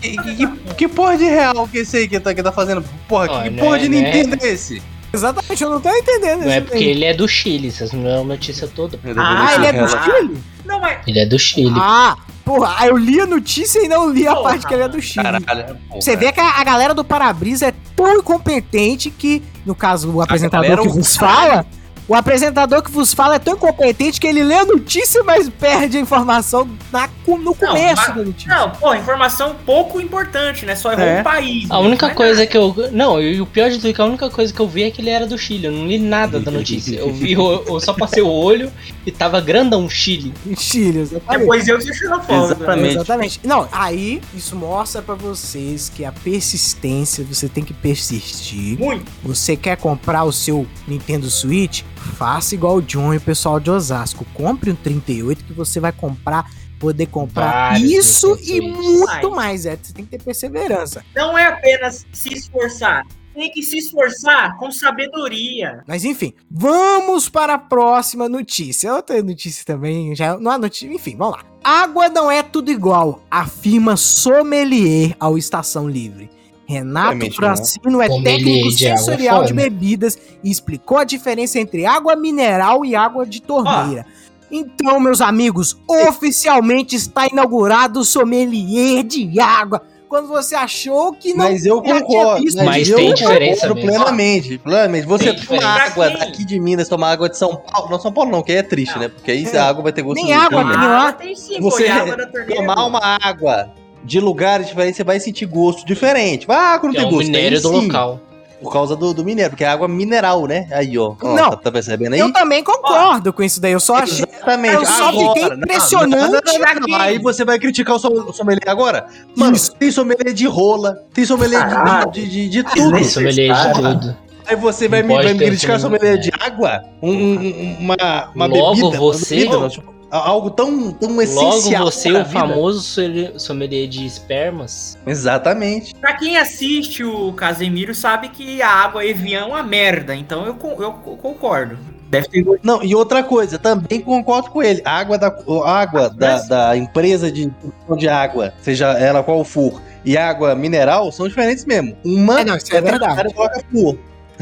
Speaker 2: Que, que, que- que porra de real que esse aí que tá, que tá fazendo? Porra,
Speaker 4: Ó,
Speaker 2: que, que
Speaker 4: né,
Speaker 2: porra de
Speaker 4: né?
Speaker 2: Nintendo é esse?
Speaker 1: Exatamente, eu não tô entendendo
Speaker 4: Não é
Speaker 1: isso
Speaker 4: porque
Speaker 1: daí.
Speaker 4: ele é do Chile, vocês não é a notícia toda.
Speaker 2: Eu tô
Speaker 3: Ah,
Speaker 2: vendo esse
Speaker 1: ele é
Speaker 2: real-
Speaker 1: do Chile?
Speaker 3: Não, mas
Speaker 4: Ele é do Chile.
Speaker 1: Ah, porra, aí eu li a notícia e não li a
Speaker 3: Porra,
Speaker 1: parte que ele é do Chile.
Speaker 2: Caralho, porra.
Speaker 1: Você vê que a, a galera do Parabrisa é tão incompetente que, no caso, o apresentador
Speaker 2: galera é
Speaker 1: que
Speaker 2: um
Speaker 1: vos fala, o apresentador que vos fala é tão incompetente que ele lê a notícia, mas perde a informação na, co- no começo
Speaker 3: mas-
Speaker 1: da notícia.
Speaker 3: Não, pô, informação pouco importante, né? Só errou
Speaker 2: É.
Speaker 3: um país.
Speaker 4: A
Speaker 3: né?
Speaker 4: única
Speaker 3: Mas
Speaker 4: coisa que eu. Não, e o pior de tudo é que a única coisa que eu vi é que ele era do Chile. Eu não li nada da notícia. Eu vi, eu, eu só passei o olho e tava grandão Chile.
Speaker 1: Em Chile, exatamente.
Speaker 3: Depois eu que sou xenofóbico. né?
Speaker 2: Exatamente.
Speaker 1: Exatamente. Não, aí isso mostra pra vocês que a persistência, você tem que persistir.
Speaker 3: Muito.
Speaker 1: Você quer comprar o seu Nintendo Switch? Faça igual o John e o pessoal de Osasco. Compre um 38 que você vai comprar, poder comprar
Speaker 4: Vários
Speaker 1: isso
Speaker 4: Nintendo
Speaker 1: e
Speaker 4: Switch.
Speaker 1: muito mais. É, você tem que ter perseverança.
Speaker 3: Não é apenas se esforçar. Tem que se esforçar com sabedoria.
Speaker 1: Mas enfim, vamos para a próxima notícia. Outra notícia também, já não é notícia, enfim, vamos lá. Água não é tudo igual, afirma sommelier ao Estação Livre. Renato
Speaker 2: Obviamente não.
Speaker 1: Francino é
Speaker 4: Sommelier
Speaker 1: técnico
Speaker 4: de água,
Speaker 1: sensorial de
Speaker 4: foda. né?
Speaker 1: bebidas e explicou a diferença entre água mineral e água de torneira. Então, meus amigos, oficialmente está inaugurado o sommelier de água. Quando você achou que não
Speaker 2: Mas eu
Speaker 1: já tinha
Speaker 2: concordo. né?
Speaker 1: visto,
Speaker 4: Mas
Speaker 2: eu
Speaker 4: tem diferença
Speaker 2: concordo
Speaker 4: mesmo.
Speaker 2: Plenamente, plenamente. Você
Speaker 4: Tem
Speaker 2: tomar
Speaker 3: diferença.
Speaker 2: água
Speaker 3: Pra quem?
Speaker 2: daqui de Minas, tomar água de São Paulo. Não, São Paulo não, que aí é triste,
Speaker 3: Não.
Speaker 2: né? Porque aí
Speaker 1: É.
Speaker 2: a água vai ter gosto
Speaker 1: Nem
Speaker 2: de
Speaker 1: água,
Speaker 2: cana.
Speaker 1: né?
Speaker 3: Ah, tem sim, pô,
Speaker 2: Você
Speaker 3: e a água da torneira.
Speaker 2: Tomar uma água de lugares diferentes, você vai sentir gosto diferente. Mas A água não
Speaker 4: É
Speaker 2: tem
Speaker 4: o
Speaker 2: gosto.
Speaker 4: minério
Speaker 2: aí
Speaker 4: do
Speaker 2: sim.
Speaker 4: local.
Speaker 2: Por causa do, do minério, porque é água mineral, né? Aí, ó. ó
Speaker 1: Não.
Speaker 2: Tá, tá percebendo aí?
Speaker 1: Eu também concordo com isso daí. Eu só achei.
Speaker 2: Exatamente.
Speaker 1: Eu só
Speaker 2: Agora,
Speaker 1: fiquei
Speaker 2: não,
Speaker 1: impressionante
Speaker 2: não, não, não, não,
Speaker 1: aqui.
Speaker 2: não. Aí você vai criticar o som- o sommelier agora? Mano, tem sommelier de rola, tem sommelier de-
Speaker 3: Caralho.
Speaker 2: de, de, de tudo.
Speaker 4: Isso, eu olhei Né, de tudo.
Speaker 2: Aí você vai,
Speaker 4: Não
Speaker 2: me,
Speaker 4: pode
Speaker 2: vai me
Speaker 4: ter
Speaker 2: criticar
Speaker 4: sommelier.
Speaker 2: sommelier de água? Um- um- uma, uma
Speaker 4: Logo
Speaker 2: bebida? uma
Speaker 4: você-
Speaker 2: bebida, não, tipo, algo tão, tão
Speaker 4: Logo
Speaker 2: essencial.
Speaker 4: você, é
Speaker 2: pra
Speaker 4: o
Speaker 2: vida.
Speaker 4: famoso sommelier- sommelier de espermas.
Speaker 2: Exatamente.
Speaker 3: Pra quem assiste o Casemiro sabe que a água Evian é uma merda, então eu, con- eu co- concordo. Deve ter gosto
Speaker 2: Não, e outra coisa, também concordo com ele. A água da, a água da, da empresa de produção de água, seja ela qual for, e água mineral são diferentes mesmo. Uma
Speaker 1: É, não, isso é verdade.
Speaker 2: cara coloca flúor.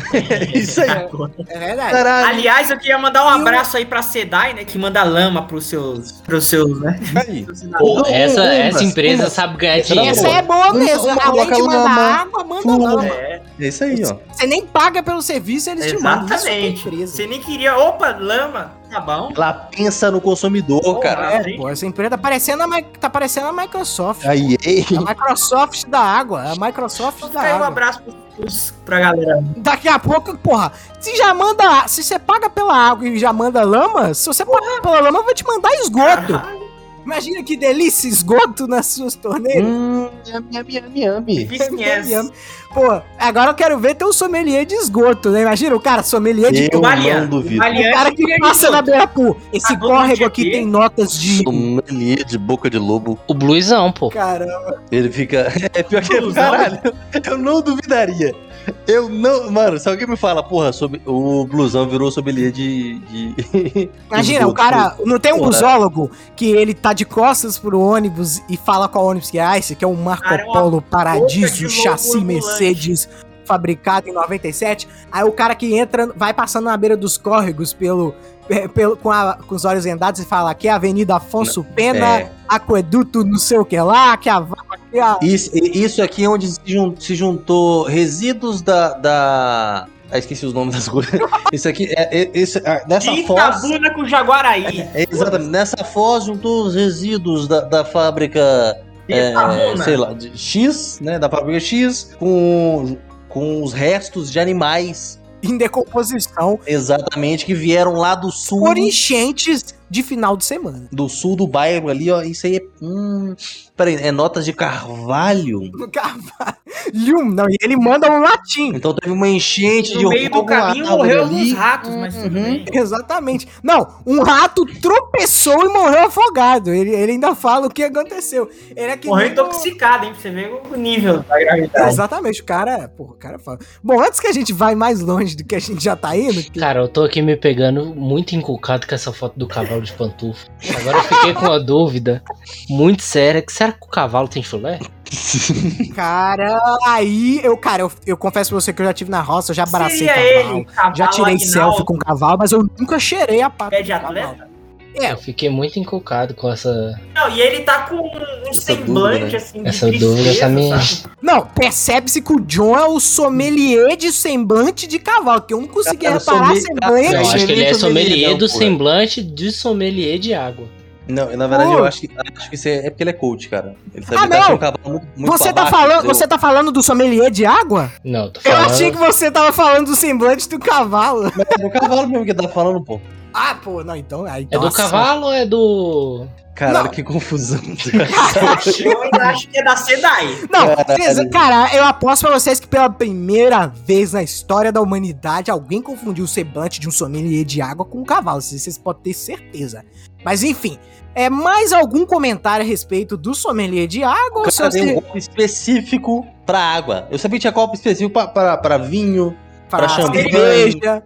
Speaker 2: isso aí.
Speaker 3: de água.
Speaker 1: É verdade.
Speaker 2: Caralho,
Speaker 3: Aliás, eu queria mandar um abraço aí pra Sedai, né? Que manda lama pros seus. Pros seus, né?
Speaker 2: aí.
Speaker 4: Pô,
Speaker 2: Ah, Não,
Speaker 4: essa,
Speaker 2: uma,
Speaker 4: essa empresa
Speaker 2: uma.
Speaker 4: sabe ganhar
Speaker 2: Essa
Speaker 4: dinheiro.
Speaker 1: Essa é boa
Speaker 2: Uma-
Speaker 1: mesmo.
Speaker 2: uma
Speaker 1: Além de
Speaker 2: coloca
Speaker 1: mandar
Speaker 2: lama,
Speaker 1: água, manda
Speaker 2: fuma.
Speaker 1: lama.
Speaker 3: É,
Speaker 2: É isso aí, ó.
Speaker 1: Você nem paga pelo serviço, eles te mandam. Isso que é
Speaker 3: exatamente.
Speaker 1: empresa.
Speaker 3: Você nem queria. Opa, lama, tá bom.
Speaker 2: Ela pensa no consumidor, cara.
Speaker 1: É, pô, essa empresa tá parecendo a, Mi- tá parecendo a Microsoft.
Speaker 2: Aí, ei.
Speaker 1: A Microsoft da água. A Microsoft da
Speaker 3: Fica aí um
Speaker 1: água.
Speaker 3: abraço pros, pros, pra galera.
Speaker 1: Daqui a pouco, porra, se já manda. Se você paga pela água e já manda lama, se você paga pela lama, vai te mandar esgoto.
Speaker 2: Ah.
Speaker 3: Ah,
Speaker 1: Imagina que delícia, esgoto nas suas torneiras.
Speaker 2: Hum, yami, yami, yami, yami.
Speaker 3: Vizinhança.
Speaker 1: Pô, agora eu quero ver ter um sommelier de esgoto, né? Imagina o cara, sommelier de.
Speaker 2: Eu
Speaker 3: Valiante,
Speaker 2: não duvido.
Speaker 3: valiante,
Speaker 1: O cara
Speaker 3: e
Speaker 1: que passa na
Speaker 3: esgoto.
Speaker 1: beira-pô. Esse
Speaker 3: Ah, todo
Speaker 1: córrego
Speaker 3: dia
Speaker 1: aqui
Speaker 3: aqui.
Speaker 1: tem notas de.
Speaker 2: Sommelier de boca de lobo.
Speaker 4: O Bluizão, pô.
Speaker 1: Cara,
Speaker 2: Ele fica. É pior que.
Speaker 3: Ilusão.
Speaker 2: Caralho, eu não duvidaria. Eu não. Mano, se alguém me fala, porra, sobre... o blusão virou sommelier de. de...
Speaker 1: imagina, o
Speaker 2: Esgoto.
Speaker 1: cara. Não tem um
Speaker 2: Porra.
Speaker 1: busólogo que ele tá de costas pro ônibus e fala qual ônibus que é. Ah, esse aqui é um Marco
Speaker 3: Cara, é uma
Speaker 1: Polo
Speaker 3: boca de
Speaker 1: Paradiso
Speaker 3: lobo
Speaker 1: Chassi
Speaker 3: ambulante.
Speaker 1: Mercedes. Fabricado em 97, aí o cara que entra vai passando na beira dos córregos pelo, pe- pelo, com, a- com os olhos vendados e fala que é a Avenida Afonso Pena,
Speaker 2: É,
Speaker 1: aqueduto não sei o que lá, que a vaca, que a...
Speaker 2: isso, isso aqui é onde se jun- se juntou resíduos da. da... Ah, esqueci os nomes das coisas. Isso aqui é. é- esse- ah, nessa
Speaker 3: De
Speaker 2: fossa.
Speaker 3: Itabuna com Jaguaraí.
Speaker 2: É, exatamente. Nessa foz juntou os resíduos da, da fábrica,
Speaker 3: De
Speaker 2: é,
Speaker 1: tá né?
Speaker 3: Itabuna.
Speaker 2: sei lá, de X, né? Da fábrica X, com, com os restos de animais,
Speaker 1: em decomposição
Speaker 2: exatamente, que vieram lá do sul,
Speaker 1: por enchentes de final de semana.
Speaker 2: do sul do bairro ali, ó. Isso aí é, hum, peraí, é notas de carvalho?
Speaker 1: No Carvalho, não, e ele manda um latim.
Speaker 2: Então teve uma enchente de
Speaker 3: No meio do
Speaker 2: algum
Speaker 3: caminho
Speaker 2: árvore
Speaker 3: morreu
Speaker 2: ali.
Speaker 3: alguns ratos, mas tudo
Speaker 2: Uhum.
Speaker 3: bem.
Speaker 1: Exatamente. Não, um rato tropeçou e morreu afogado. Ele, ele ainda fala o que aconteceu. Ele é que
Speaker 3: Morreu
Speaker 1: nem o-
Speaker 3: intoxicado, hein? Pra você ver o nível da gravidade.
Speaker 1: Exatamente, o cara, porra, o cara fala. Bom, antes que a gente vai mais longe do que a gente já tá indo, que-
Speaker 4: Cara, eu tô aqui me pegando muito encucado com essa foto do cavalo de pantufa. Agora eu fiquei com uma dúvida muito séria. Que será que o cavalo tem chulé?
Speaker 1: cara, aí eu, cara, eu, eu confesso pra você que eu já tive na roça, eu já abracei
Speaker 3: Seria
Speaker 1: cavalo.
Speaker 3: ele, cavalo
Speaker 1: Já tirei
Speaker 3: Aguinaldo,
Speaker 1: selfie com cavalo, mas eu nunca cheirei a pata.
Speaker 3: pé de
Speaker 1: do cavalo.
Speaker 3: atleta?
Speaker 1: É.
Speaker 4: Eu fiquei muito encucado com essa,
Speaker 3: Não, e ele tá com um semblante,
Speaker 2: dúvida, né?
Speaker 3: assim, de
Speaker 4: essa dúvida. Essa minha...
Speaker 3: sabe?
Speaker 1: Não, percebe-se que o John é o sommelier de semblante de cavalo, que eu não
Speaker 4: É,
Speaker 1: consegui
Speaker 2: Cara,
Speaker 1: reparar
Speaker 2: sommelier-
Speaker 1: semblante.
Speaker 4: Não,
Speaker 2: Ele
Speaker 4: acho que ele
Speaker 2: sommelier
Speaker 4: é sommelier
Speaker 2: não,
Speaker 4: do
Speaker 2: porra.
Speaker 4: semblante de sommelier de água.
Speaker 2: Não, na verdade
Speaker 1: Pô.
Speaker 2: eu acho que, acho que isso é, é porque ele é coach, cara. Ele sabe
Speaker 1: Ah,
Speaker 2: lidar
Speaker 1: não.
Speaker 2: com um cavalo muito, muito
Speaker 1: Você tá,
Speaker 2: babaca,
Speaker 1: falando,
Speaker 2: entendeu?
Speaker 1: você tá falando do sommelier de água?
Speaker 4: Não, tô
Speaker 1: Eu
Speaker 4: falando.
Speaker 1: achei que você tava falando do semblante do cavalo.
Speaker 2: É o cavalo mesmo que tá falando, pô.
Speaker 1: Ah, pô, não, então. aí
Speaker 4: É do cavalo ou é do.
Speaker 2: Caralho,
Speaker 1: Não.
Speaker 2: que confusão.
Speaker 3: Eu ainda acho que é da Sedai.
Speaker 1: Não,
Speaker 2: Caralho.
Speaker 1: vocês- cara, eu aposto pra vocês que pela primeira vez na história da humanidade alguém confundiu o semblante de um sommelier de água com um cavalo. Isso Vocês podem ter certeza. Mas enfim, é mais algum comentário a respeito do sommelier de água?
Speaker 2: O
Speaker 1: ou se
Speaker 2: cara tem um
Speaker 1: você-
Speaker 2: golpe específico pra água. Eu sabia que tinha golpe específico pra, pra, pra vinho.
Speaker 1: pra
Speaker 2: champanhe.
Speaker 1: cerveja?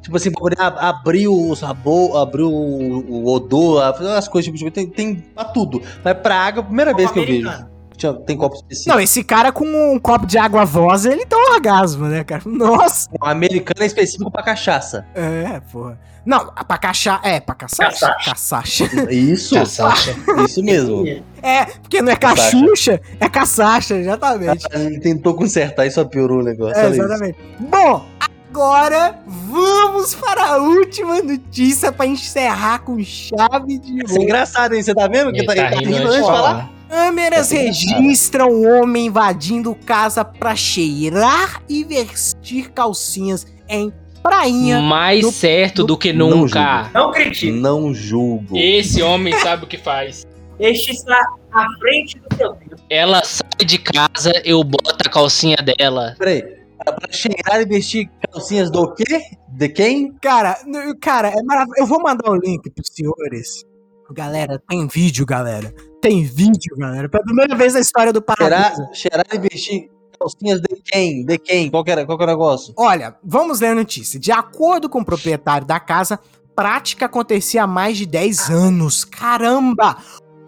Speaker 2: Tipo assim, pra poder ab- abrir o sabor, abrir o, o odor, fazer umas coisas. Tipo, tem, tem pra tudo. Mas pra água, primeira vez que eu vejo.
Speaker 3: Americano.
Speaker 2: Tinha- tem golpe específico.
Speaker 1: Não, esse cara com um copo de água voz, ele dá um orgasmo, né, cara? Nossa!
Speaker 2: O americano é específico pra cachaça.
Speaker 1: É, porra. Não, pra cachaça. É, pra caçacha. Caçacha.
Speaker 2: Isso,
Speaker 4: Caçacha.
Speaker 2: isso mesmo.
Speaker 1: É, porque não é
Speaker 2: Caçacha.
Speaker 1: cachucha, é caçacha, exatamente.
Speaker 2: Ele tentou consertar e só piorou o negócio.
Speaker 1: É,
Speaker 2: olha isso.
Speaker 1: exatamente. Bom, agora vamos para a última notícia para encerrar com chave de
Speaker 2: Isso é
Speaker 1: ouro.
Speaker 2: engraçado, hein? Você tá vendo que
Speaker 4: Ele
Speaker 2: tá, ele tá rindo antes de falar?
Speaker 1: Câmeras
Speaker 2: Essa é
Speaker 1: registram o homem invadindo casa pra cheirar e vestir calcinhas em prainha.
Speaker 4: Mais
Speaker 1: No-
Speaker 4: certo do que
Speaker 2: Não,
Speaker 4: nunca.
Speaker 3: Não critique.
Speaker 2: Não julgo.
Speaker 4: Esse homem sabe o que faz.
Speaker 3: Este está à frente do seu tempo. é
Speaker 4: Ela sai de casa, eu boto a calcinha dela.
Speaker 2: Peraí. Pra cheirar e vestir calcinhas do quê? De quem?
Speaker 1: Cara, n- cara, é maravilhoso. Eu vou mandar o link pros senhores. Galera, tem vídeo, galera. Tem vídeo, galera. Pela primeira vez na história do
Speaker 2: Cheirar,
Speaker 1: Paraná.
Speaker 2: cheirar e vestir calcinhas de quem? De quem? Qual que era, qual que era o negócio?
Speaker 1: Olha, vamos ler a notícia. De acordo com o proprietário da casa, prática acontecia há mais de 10 anos. Caramba!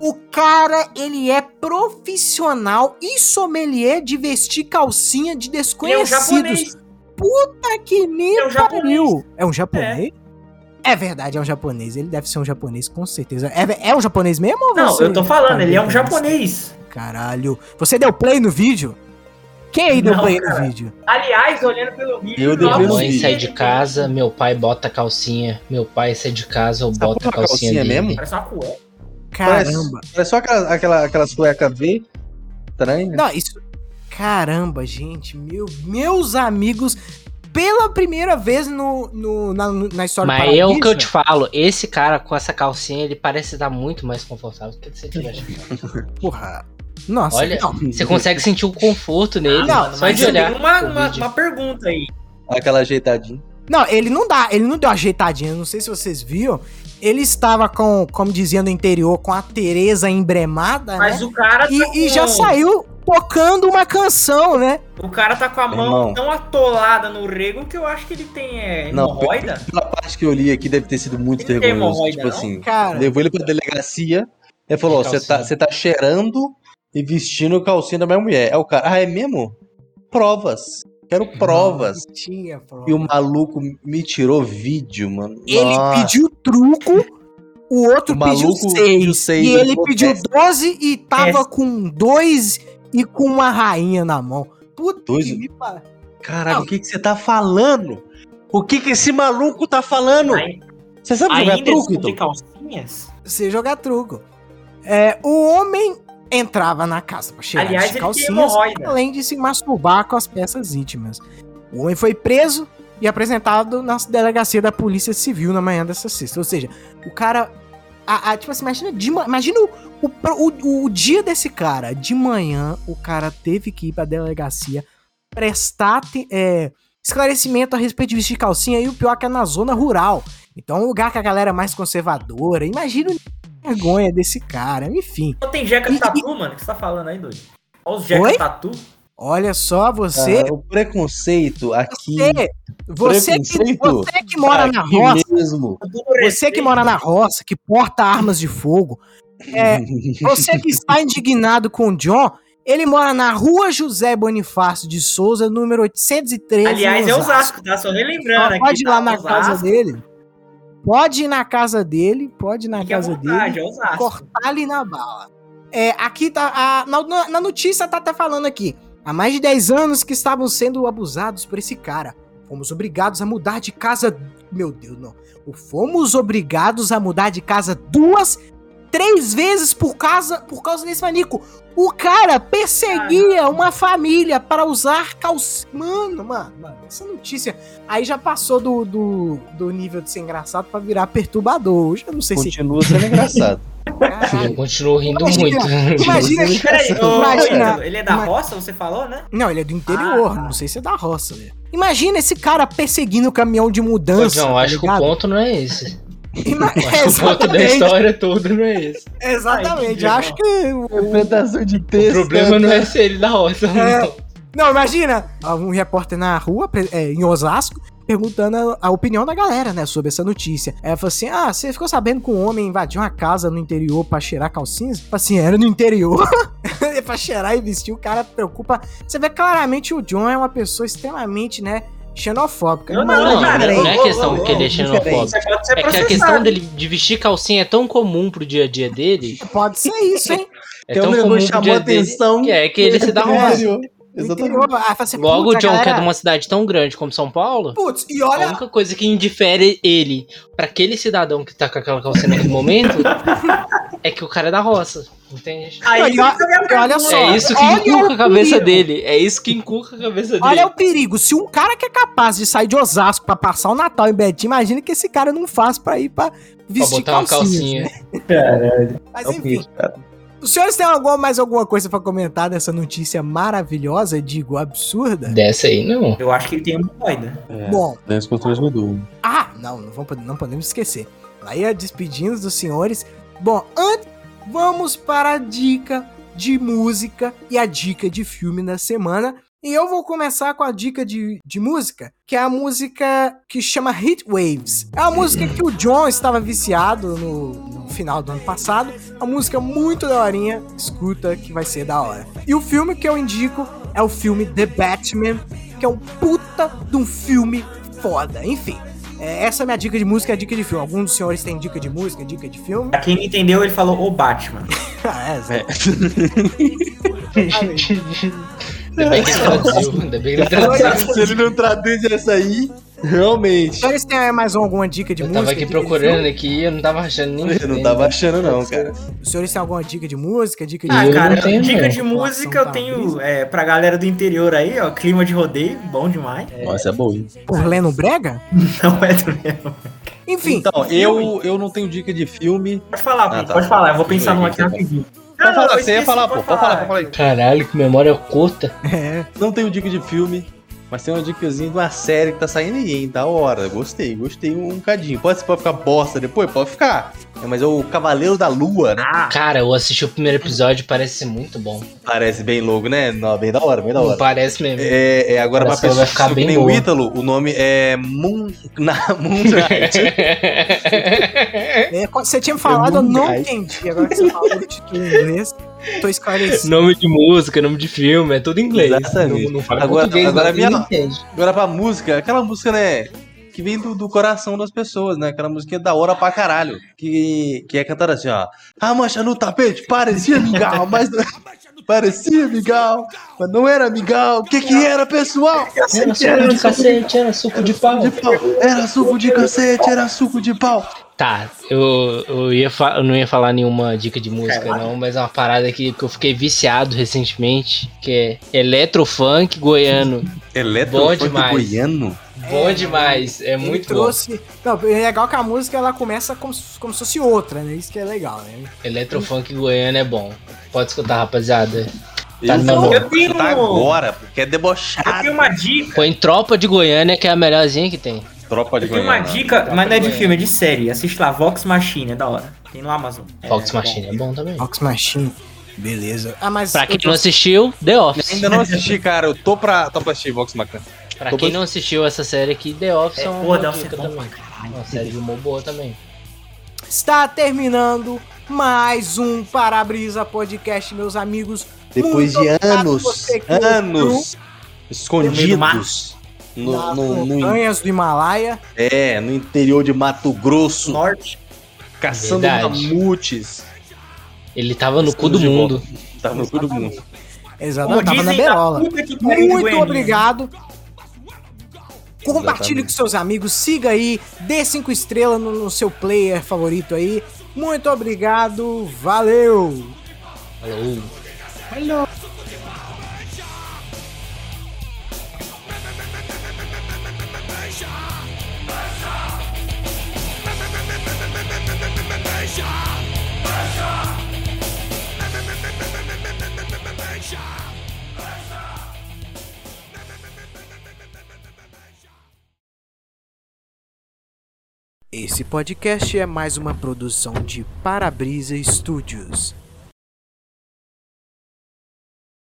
Speaker 1: O cara, ele é profissional e sommelier de vestir calcinha de
Speaker 3: Ele é um
Speaker 1: desconhecidos.
Speaker 3: japonês.
Speaker 1: Puta Ah, que me
Speaker 3: É um
Speaker 1: pariu! É um japonês? É. verdade, é um japonês. Ele deve ser um japonês, com certeza. É, ve- é um japonês mesmo ou
Speaker 3: Não,
Speaker 1: você-
Speaker 3: eu tô falando, ele é um
Speaker 1: Parabéns.
Speaker 3: japonês.
Speaker 1: Caralho. Você deu play no vídeo? Quem aí deu
Speaker 3: Não,
Speaker 1: play no vídeo?
Speaker 3: Aliás, olhando pelo vídeo...
Speaker 2: Eu
Speaker 4: Minha
Speaker 2: devia-
Speaker 4: mãe
Speaker 2: vídeo.
Speaker 4: sai de casa, meu pai bota a calcinha. Meu pai sai de casa, eu boto a
Speaker 2: porra é uma
Speaker 4: calcinha,
Speaker 2: calcinha
Speaker 4: dele.
Speaker 2: mesmo?
Speaker 3: Parece uma cueca.
Speaker 1: Caramba.
Speaker 2: É só aquela, aquela, aquelas cuecas V. Estranho. né?
Speaker 1: Não, isso. Caramba, gente, meu, meus amigos, pela primeira vez no, no- na, na história do
Speaker 4: Mas é o que eu
Speaker 1: Paradiso,
Speaker 4: te falo, esse cara com essa calcinha, ele parece estar muito mais confortável do que você tiver.
Speaker 1: Porra. Nossa,
Speaker 4: Olha,
Speaker 1: não,
Speaker 4: você consegue sentir o conforto nele,
Speaker 1: Não,
Speaker 4: mano, só
Speaker 3: Mas
Speaker 4: de
Speaker 3: eu
Speaker 4: olhar.
Speaker 3: tenho uma,
Speaker 4: o
Speaker 3: uma,
Speaker 4: vídeo.
Speaker 3: uma pergunta aí.
Speaker 2: Aquela ajeitadinha.
Speaker 1: não, ele não dá, ele não deu ajeitadinha, não sei se vocês viram. Ele estava com, como dizia no interior, com a Tereza embremada,
Speaker 3: Mas
Speaker 1: né?
Speaker 3: o cara tá
Speaker 1: E, e já
Speaker 3: com-
Speaker 1: saiu tocando uma canção, né?
Speaker 3: O cara tá com a mão
Speaker 2: Irmão.
Speaker 3: tão atolada no rego que eu acho que ele tem é,
Speaker 2: Não,
Speaker 3: hemorroida.
Speaker 2: Pela parte que eu li aqui deve ter sido muito
Speaker 3: Ele tem
Speaker 2: vergonhoso.
Speaker 3: hemorroida,
Speaker 2: Tipo
Speaker 3: não?
Speaker 2: assim,
Speaker 1: Cara,
Speaker 2: levou ele pra delegacia. Ele falou: ó,
Speaker 4: De
Speaker 2: você tá,
Speaker 4: calcinha.
Speaker 2: você tá cheirando e vestindo calcinha da minha mulher. É o cara. Ah, é mesmo? Provas. Quero provas.
Speaker 1: não tinha prova.
Speaker 2: E o maluco me tirou vídeo, mano.
Speaker 1: Ele
Speaker 2: Nossa.
Speaker 1: pediu truco, o outro pediu
Speaker 2: O maluco pediu
Speaker 1: 6.
Speaker 2: seis,
Speaker 1: E ele
Speaker 2: levou
Speaker 1: pediu
Speaker 2: dez.
Speaker 1: 12 e tava
Speaker 3: Dez.
Speaker 1: com 2 e com uma rainha na mão. Puta
Speaker 2: Dois?
Speaker 1: que me par-
Speaker 2: Caralho,
Speaker 1: Não.
Speaker 2: o que, que você tá falando? O que, que esse maluco tá falando?
Speaker 3: Ai-
Speaker 2: Você sabe jogar
Speaker 3: Ainda
Speaker 2: truco,
Speaker 3: truque,
Speaker 2: então?
Speaker 3: de calcinhas?
Speaker 1: Você jogar truco. É, o homem entrava na casa pra cheirar
Speaker 3: Aliás,
Speaker 1: de
Speaker 3: ele tem
Speaker 1: calcinhas,
Speaker 3: hemorroida.
Speaker 1: além de se masturbar com as peças íntimas. O homem foi preso e apresentado na delegacia da Polícia Civil na manhã dessa sexta. Ou seja, o cara. a- a- tipo assim, imagina, de ma- imagina o, o pro- o- o dia desse cara. De manhã, o cara teve que ir pra delegacia prestar aten- é, esclarecimento a respeito de vestir calcinha e o pior que é na zona rural. Então, um lugar que a galera é mais conservadora. Imagina a vergonha desse cara. Enfim.
Speaker 3: Só tem jeca de
Speaker 1: E-
Speaker 3: tatu, mano? O que você tá falando aí, doido? Olha os jeca
Speaker 1: Oi?
Speaker 3: de tatu.
Speaker 1: Olha só você.
Speaker 2: Cara, Ah, o preconceito aqui.
Speaker 1: Você, você, que,
Speaker 2: Preconceito?
Speaker 1: você que mora na
Speaker 2: aqui
Speaker 1: roça,
Speaker 2: mesmo.
Speaker 1: você que mora na roça, que porta armas de fogo, é, você que está indignado com o John, ele mora na rua José Bonifácio de Souza, número 813.
Speaker 3: Aliás,
Speaker 1: em
Speaker 3: é Osasco, tá? Só relembrando
Speaker 1: Então,
Speaker 3: aqui.
Speaker 1: Pode ir
Speaker 3: tá?
Speaker 1: lá na
Speaker 3: Osasco,
Speaker 1: casa dele. Pode ir na casa dele, pode ir na
Speaker 3: Fique à
Speaker 1: casa dele.
Speaker 3: vontade, é Osasco.
Speaker 1: cortar-lhe na bala. É, aqui tá. a- na, na- na notícia tá até falando aqui. Há mais de 10 anos que estavam sendo abusados por esse cara. Fomos obrigados a mudar de casa. Meu Deus, não. O- Fomos obrigados a mudar de casa duas, três vezes por causa, por causa desse manico. O cara perseguia uma família para usar calcinha. Mano, mano, mano, essa notícia. Aí já passou do, do, do nível de ser engraçado pra virar perturbador. Hoje eu não sei se. é
Speaker 2: Continua sendo engraçado.
Speaker 1: Caralho.
Speaker 4: Eu continuo rindo
Speaker 1: Imagina,
Speaker 2: então,
Speaker 4: muito.
Speaker 1: Imagina que.
Speaker 3: Peraí, ô,
Speaker 1: Imagina.
Speaker 3: Ítalo, ele é da
Speaker 1: Ima-
Speaker 3: roça, você falou, né?
Speaker 1: Não, ele é do interior,
Speaker 3: Ah, tá.
Speaker 1: não sei se é da roça, né? Imagina esse cara perseguindo o caminhão de
Speaker 4: Ô,
Speaker 1: mudança.
Speaker 4: John,
Speaker 1: tá
Speaker 4: acho que o
Speaker 1: ligado?
Speaker 4: ponto não é esse.
Speaker 1: Ima-
Speaker 4: Acho que o ponto da
Speaker 1: Exatamente,
Speaker 4: história toda não é esse.
Speaker 3: Ai,
Speaker 1: exatamente.
Speaker 3: que
Speaker 1: acho que. o-
Speaker 2: Interpretação de
Speaker 4: O
Speaker 2: texto.
Speaker 4: problema não é ser ele da roça, não.
Speaker 1: Não, imagina! Um repórter na rua, pre- é, em Osasco, perguntando a, a opinião da galera, né, sobre essa notícia. Ela falou assim: ah, você ficou sabendo que um homem invadiu uma casa no interior pra cheirar calcinhas? Falei assim, era no interior. pra cheirar e vestir, o cara preocupa. Você vê claramente o John é uma pessoa extremamente, né, xenofóbica.
Speaker 3: Não,
Speaker 1: Mas
Speaker 4: Não, não,
Speaker 1: cara,
Speaker 4: não é
Speaker 3: ô,
Speaker 4: questão
Speaker 3: ô,
Speaker 4: que ele é
Speaker 2: ô,
Speaker 4: xenofóbico.
Speaker 3: Você pode ser
Speaker 4: É que a
Speaker 3: processado.
Speaker 4: questão dele de vestir calcinha é tão comum pro dia a dia dele.
Speaker 1: Pode ser isso, hein?
Speaker 4: É
Speaker 2: Então
Speaker 4: tão
Speaker 2: o
Speaker 4: comum
Speaker 2: negócio
Speaker 4: pro
Speaker 2: chamou a
Speaker 4: dia a dele.
Speaker 2: atenção.
Speaker 4: Que é que ele se dá
Speaker 1: É.
Speaker 4: roça.
Speaker 1: No
Speaker 2: Exatamente.
Speaker 1: interior, aí fala assim,
Speaker 4: Logo, o
Speaker 1: "Puta,
Speaker 4: John, que é de
Speaker 1: galera,
Speaker 4: uma cidade tão grande como São Paulo,
Speaker 1: Putz, e
Speaker 4: a
Speaker 1: olha,
Speaker 4: única coisa que indifere ele pra aquele cidadão que tá com aquela calcinha naquele momento é que o cara é da roça. Entende?
Speaker 1: Aí,
Speaker 3: fica a minha
Speaker 1: e olha
Speaker 3: pergunta.
Speaker 1: só,
Speaker 4: É isso que
Speaker 1: Olha
Speaker 4: encuca
Speaker 1: o
Speaker 4: a cabeça
Speaker 1: perigo.
Speaker 4: dele. É isso que encuca a cabeça dele.
Speaker 1: Olha o perigo. Se um cara que é capaz de sair de Osasco pra passar o Natal em Betim, imagina que esse cara não faz pra ir pra
Speaker 4: pra
Speaker 1: vestir
Speaker 4: botar uma
Speaker 1: calcinha. né?
Speaker 4: calcinha.
Speaker 1: Mas
Speaker 2: É o
Speaker 1: enfim,
Speaker 2: Pete, cara.
Speaker 1: os senhores têm alguma, mais alguma coisa pra comentar dessa notícia maravilhosa, digo, absurda?
Speaker 4: Dessa aí, não.
Speaker 3: Eu acho que ele tem hemorroida.
Speaker 2: É,
Speaker 1: Bom,
Speaker 2: Dance com transmudou.
Speaker 1: ah, não, não, vamos, não podemos esquecer. Aí é despedindo dos senhores. Bom, antes, vamos para a dica de música e a dica de filme da semana. E eu vou começar com a dica de, de música, que é a música que chama Heat Waves. É uma música que o John estava viciado no, no final do ano passado. É uma música muito daorinha, escuta que vai ser da hora. E o filme que eu indico é o filme The Batman, que é um puta de um filme foda. Enfim, é, essa é a minha dica de música e a dica de filme. Alguns dos senhores têm dica de música, dica de filme?
Speaker 3: Pra quem não entendeu, ele falou o Batman.
Speaker 1: Ah, é, Zé.
Speaker 4: Ainda bem que ele traduziu. Ainda bem que ele tá- traduziu.
Speaker 2: Se ele não traduz essa aí,
Speaker 1: Os
Speaker 2: realmente.
Speaker 1: senhores têm mais alguma dica de
Speaker 4: Eu
Speaker 1: música?
Speaker 4: tava aqui
Speaker 1: dica de
Speaker 4: procurando aqui, eu não tava achando nem.
Speaker 2: Eu não
Speaker 4: fudendo.
Speaker 2: tava achando, não, cara.
Speaker 1: filme? Os senhores têm alguma dica de música, dica de
Speaker 4: Ah,
Speaker 3: Ah,
Speaker 1: filme?
Speaker 3: cara,
Speaker 4: não tenho,
Speaker 3: dica
Speaker 4: não.
Speaker 3: de música eu tenho é, pra galera do interior aí, ó. Clima de rodeio, bom demais.
Speaker 2: Nossa, é boa, hein?
Speaker 1: Por Leno Brega?
Speaker 3: Não é do mesmo.
Speaker 1: Enfim,
Speaker 2: Então, eu, eu não tenho dica de filme.
Speaker 3: Pode falar,
Speaker 2: Ah,
Speaker 3: Bruno,
Speaker 2: tá.
Speaker 3: pode falar. Eu vou pensar num aqui
Speaker 2: Tá.
Speaker 3: rapidinho.
Speaker 2: Pode
Speaker 3: Não,
Speaker 2: falar,
Speaker 3: eu
Speaker 2: você ia
Speaker 3: esqueci,
Speaker 2: falar, pô. Pode falar, pode falar aí.
Speaker 4: Caralho, que memória curta.
Speaker 1: é,
Speaker 2: Não tenho dica de filme, mas tem uma dicazinha de uma série que tá saindo aí, hein? Da hora. Gostei, gostei um cadinho. Pode, pode ficar bosta depois? Pode ficar. É, mas é o Cavaleiro da Lua, né?
Speaker 3: Ah,
Speaker 4: Cara, eu assisti o primeiro episódio, parece ser muito bom.
Speaker 2: Parece bem louco, né? Não, bem da hora, bem da
Speaker 4: Não
Speaker 2: hora.
Speaker 4: parece mesmo.
Speaker 2: É, é, agora pra
Speaker 4: Essa vai
Speaker 2: pessoa
Speaker 4: ficar
Speaker 2: que
Speaker 4: bem
Speaker 2: nem o
Speaker 4: boa.
Speaker 2: Ítalo, o nome é Moon... Na, Moon
Speaker 1: é, quando você tinha me falado, eu
Speaker 2: Eu não
Speaker 1: não
Speaker 2: vi.
Speaker 1: entendi. Agora que você falou o título em inglês, tô esclarecido.
Speaker 4: nome de música, nome de filme, é tudo em inglês.
Speaker 2: Exatamente.
Speaker 4: Não, não fala
Speaker 2: Agora-
Speaker 4: português,
Speaker 2: agora
Speaker 4: não,
Speaker 2: a minha-
Speaker 4: ninguém entende.
Speaker 2: Agora pra música, aquela música, né? Que vem do, do coração das pessoas, né? Aquela musiquinha da hora pra caralho. Que, que é cantada assim, ó. A mancha no tapete parecia migal, mas não Parecia migal, mas não era migal. O que que era, pessoal?
Speaker 4: Era suco de cacete, era suco de pau.
Speaker 2: De pau. Era suco de cacete, era suco de pau.
Speaker 4: Tá, eu, eu, ia fa- eu não ia falar nenhuma dica de música, não, mas é uma parada que, que eu fiquei viciado recentemente, que é eletrofunk goiano. Bom
Speaker 2: Eletrofunk
Speaker 4: demais.
Speaker 2: goiano?
Speaker 4: Bom demais, é
Speaker 1: Ele
Speaker 4: muito bom.
Speaker 1: trouxe... Não, é legal que a música ela começa como, se- como se fosse outra, né? Isso que é legal, né?
Speaker 4: Eletrofunk goiano é bom. Pode escutar, rapaziada. Tá
Speaker 2: Eu
Speaker 4: na
Speaker 2: vou
Speaker 4: moda.
Speaker 2: escutar é agora, porque é debochado.
Speaker 3: eu tenho uma dica.
Speaker 4: Põe Tropa de Goiânia, que é a melhorzinha que tem.
Speaker 2: Tropa de
Speaker 3: Eu tenho uma
Speaker 2: Goiânia.
Speaker 3: dica, mas não é de filme, é de série. Assiste lá, Vox Machine, é da hora. Tem no Amazon. É,
Speaker 4: Fox
Speaker 3: bom.
Speaker 4: Machine é bom também.
Speaker 1: Fox Machine. Beleza. Ah, mas...
Speaker 4: Pra
Speaker 1: eu
Speaker 4: quem não assistiu, The Office.
Speaker 2: Ainda não assisti, cara. Eu tô pra, tô pra assistir Vox Machina.
Speaker 4: Pra
Speaker 2: tô
Speaker 4: quem
Speaker 2: pra-
Speaker 4: não assistiu essa série aqui, The Office é,
Speaker 3: É,
Speaker 4: uma
Speaker 3: pô,
Speaker 4: boa
Speaker 3: The Office
Speaker 4: dica
Speaker 3: é bom
Speaker 4: também. Uma série de humor boa também.
Speaker 1: Está terminando mais um Parabrisa Podcast, meus amigos. Muito
Speaker 2: Depois de
Speaker 1: obrigado
Speaker 2: anos,
Speaker 1: você que
Speaker 2: anos
Speaker 3: No meio do mato.
Speaker 2: escondidos no,
Speaker 1: das
Speaker 2: no, no-
Speaker 1: montanhas do Himalaia.
Speaker 2: é, no interior de Mato Grosso,
Speaker 3: Norte.
Speaker 2: caçando
Speaker 4: Verdade.
Speaker 2: mamutes.
Speaker 4: Ele tava no cu
Speaker 2: Estamos
Speaker 4: do
Speaker 2: de volta.
Speaker 4: mundo.
Speaker 2: Tá no cu do mundo.
Speaker 1: Exatamente, tava na berola.
Speaker 4: né?
Speaker 3: puta que pariu de
Speaker 1: Muito
Speaker 3: Goiânia.
Speaker 1: obrigado. Compartilhe
Speaker 2: Exatamente.
Speaker 1: com seus amigos, siga aí, dê cinco estrelas no, no seu player favorito aí. Muito obrigado, valeu!
Speaker 4: Falou.
Speaker 1: Esse podcast é mais uma produção de Parabrisa Studios.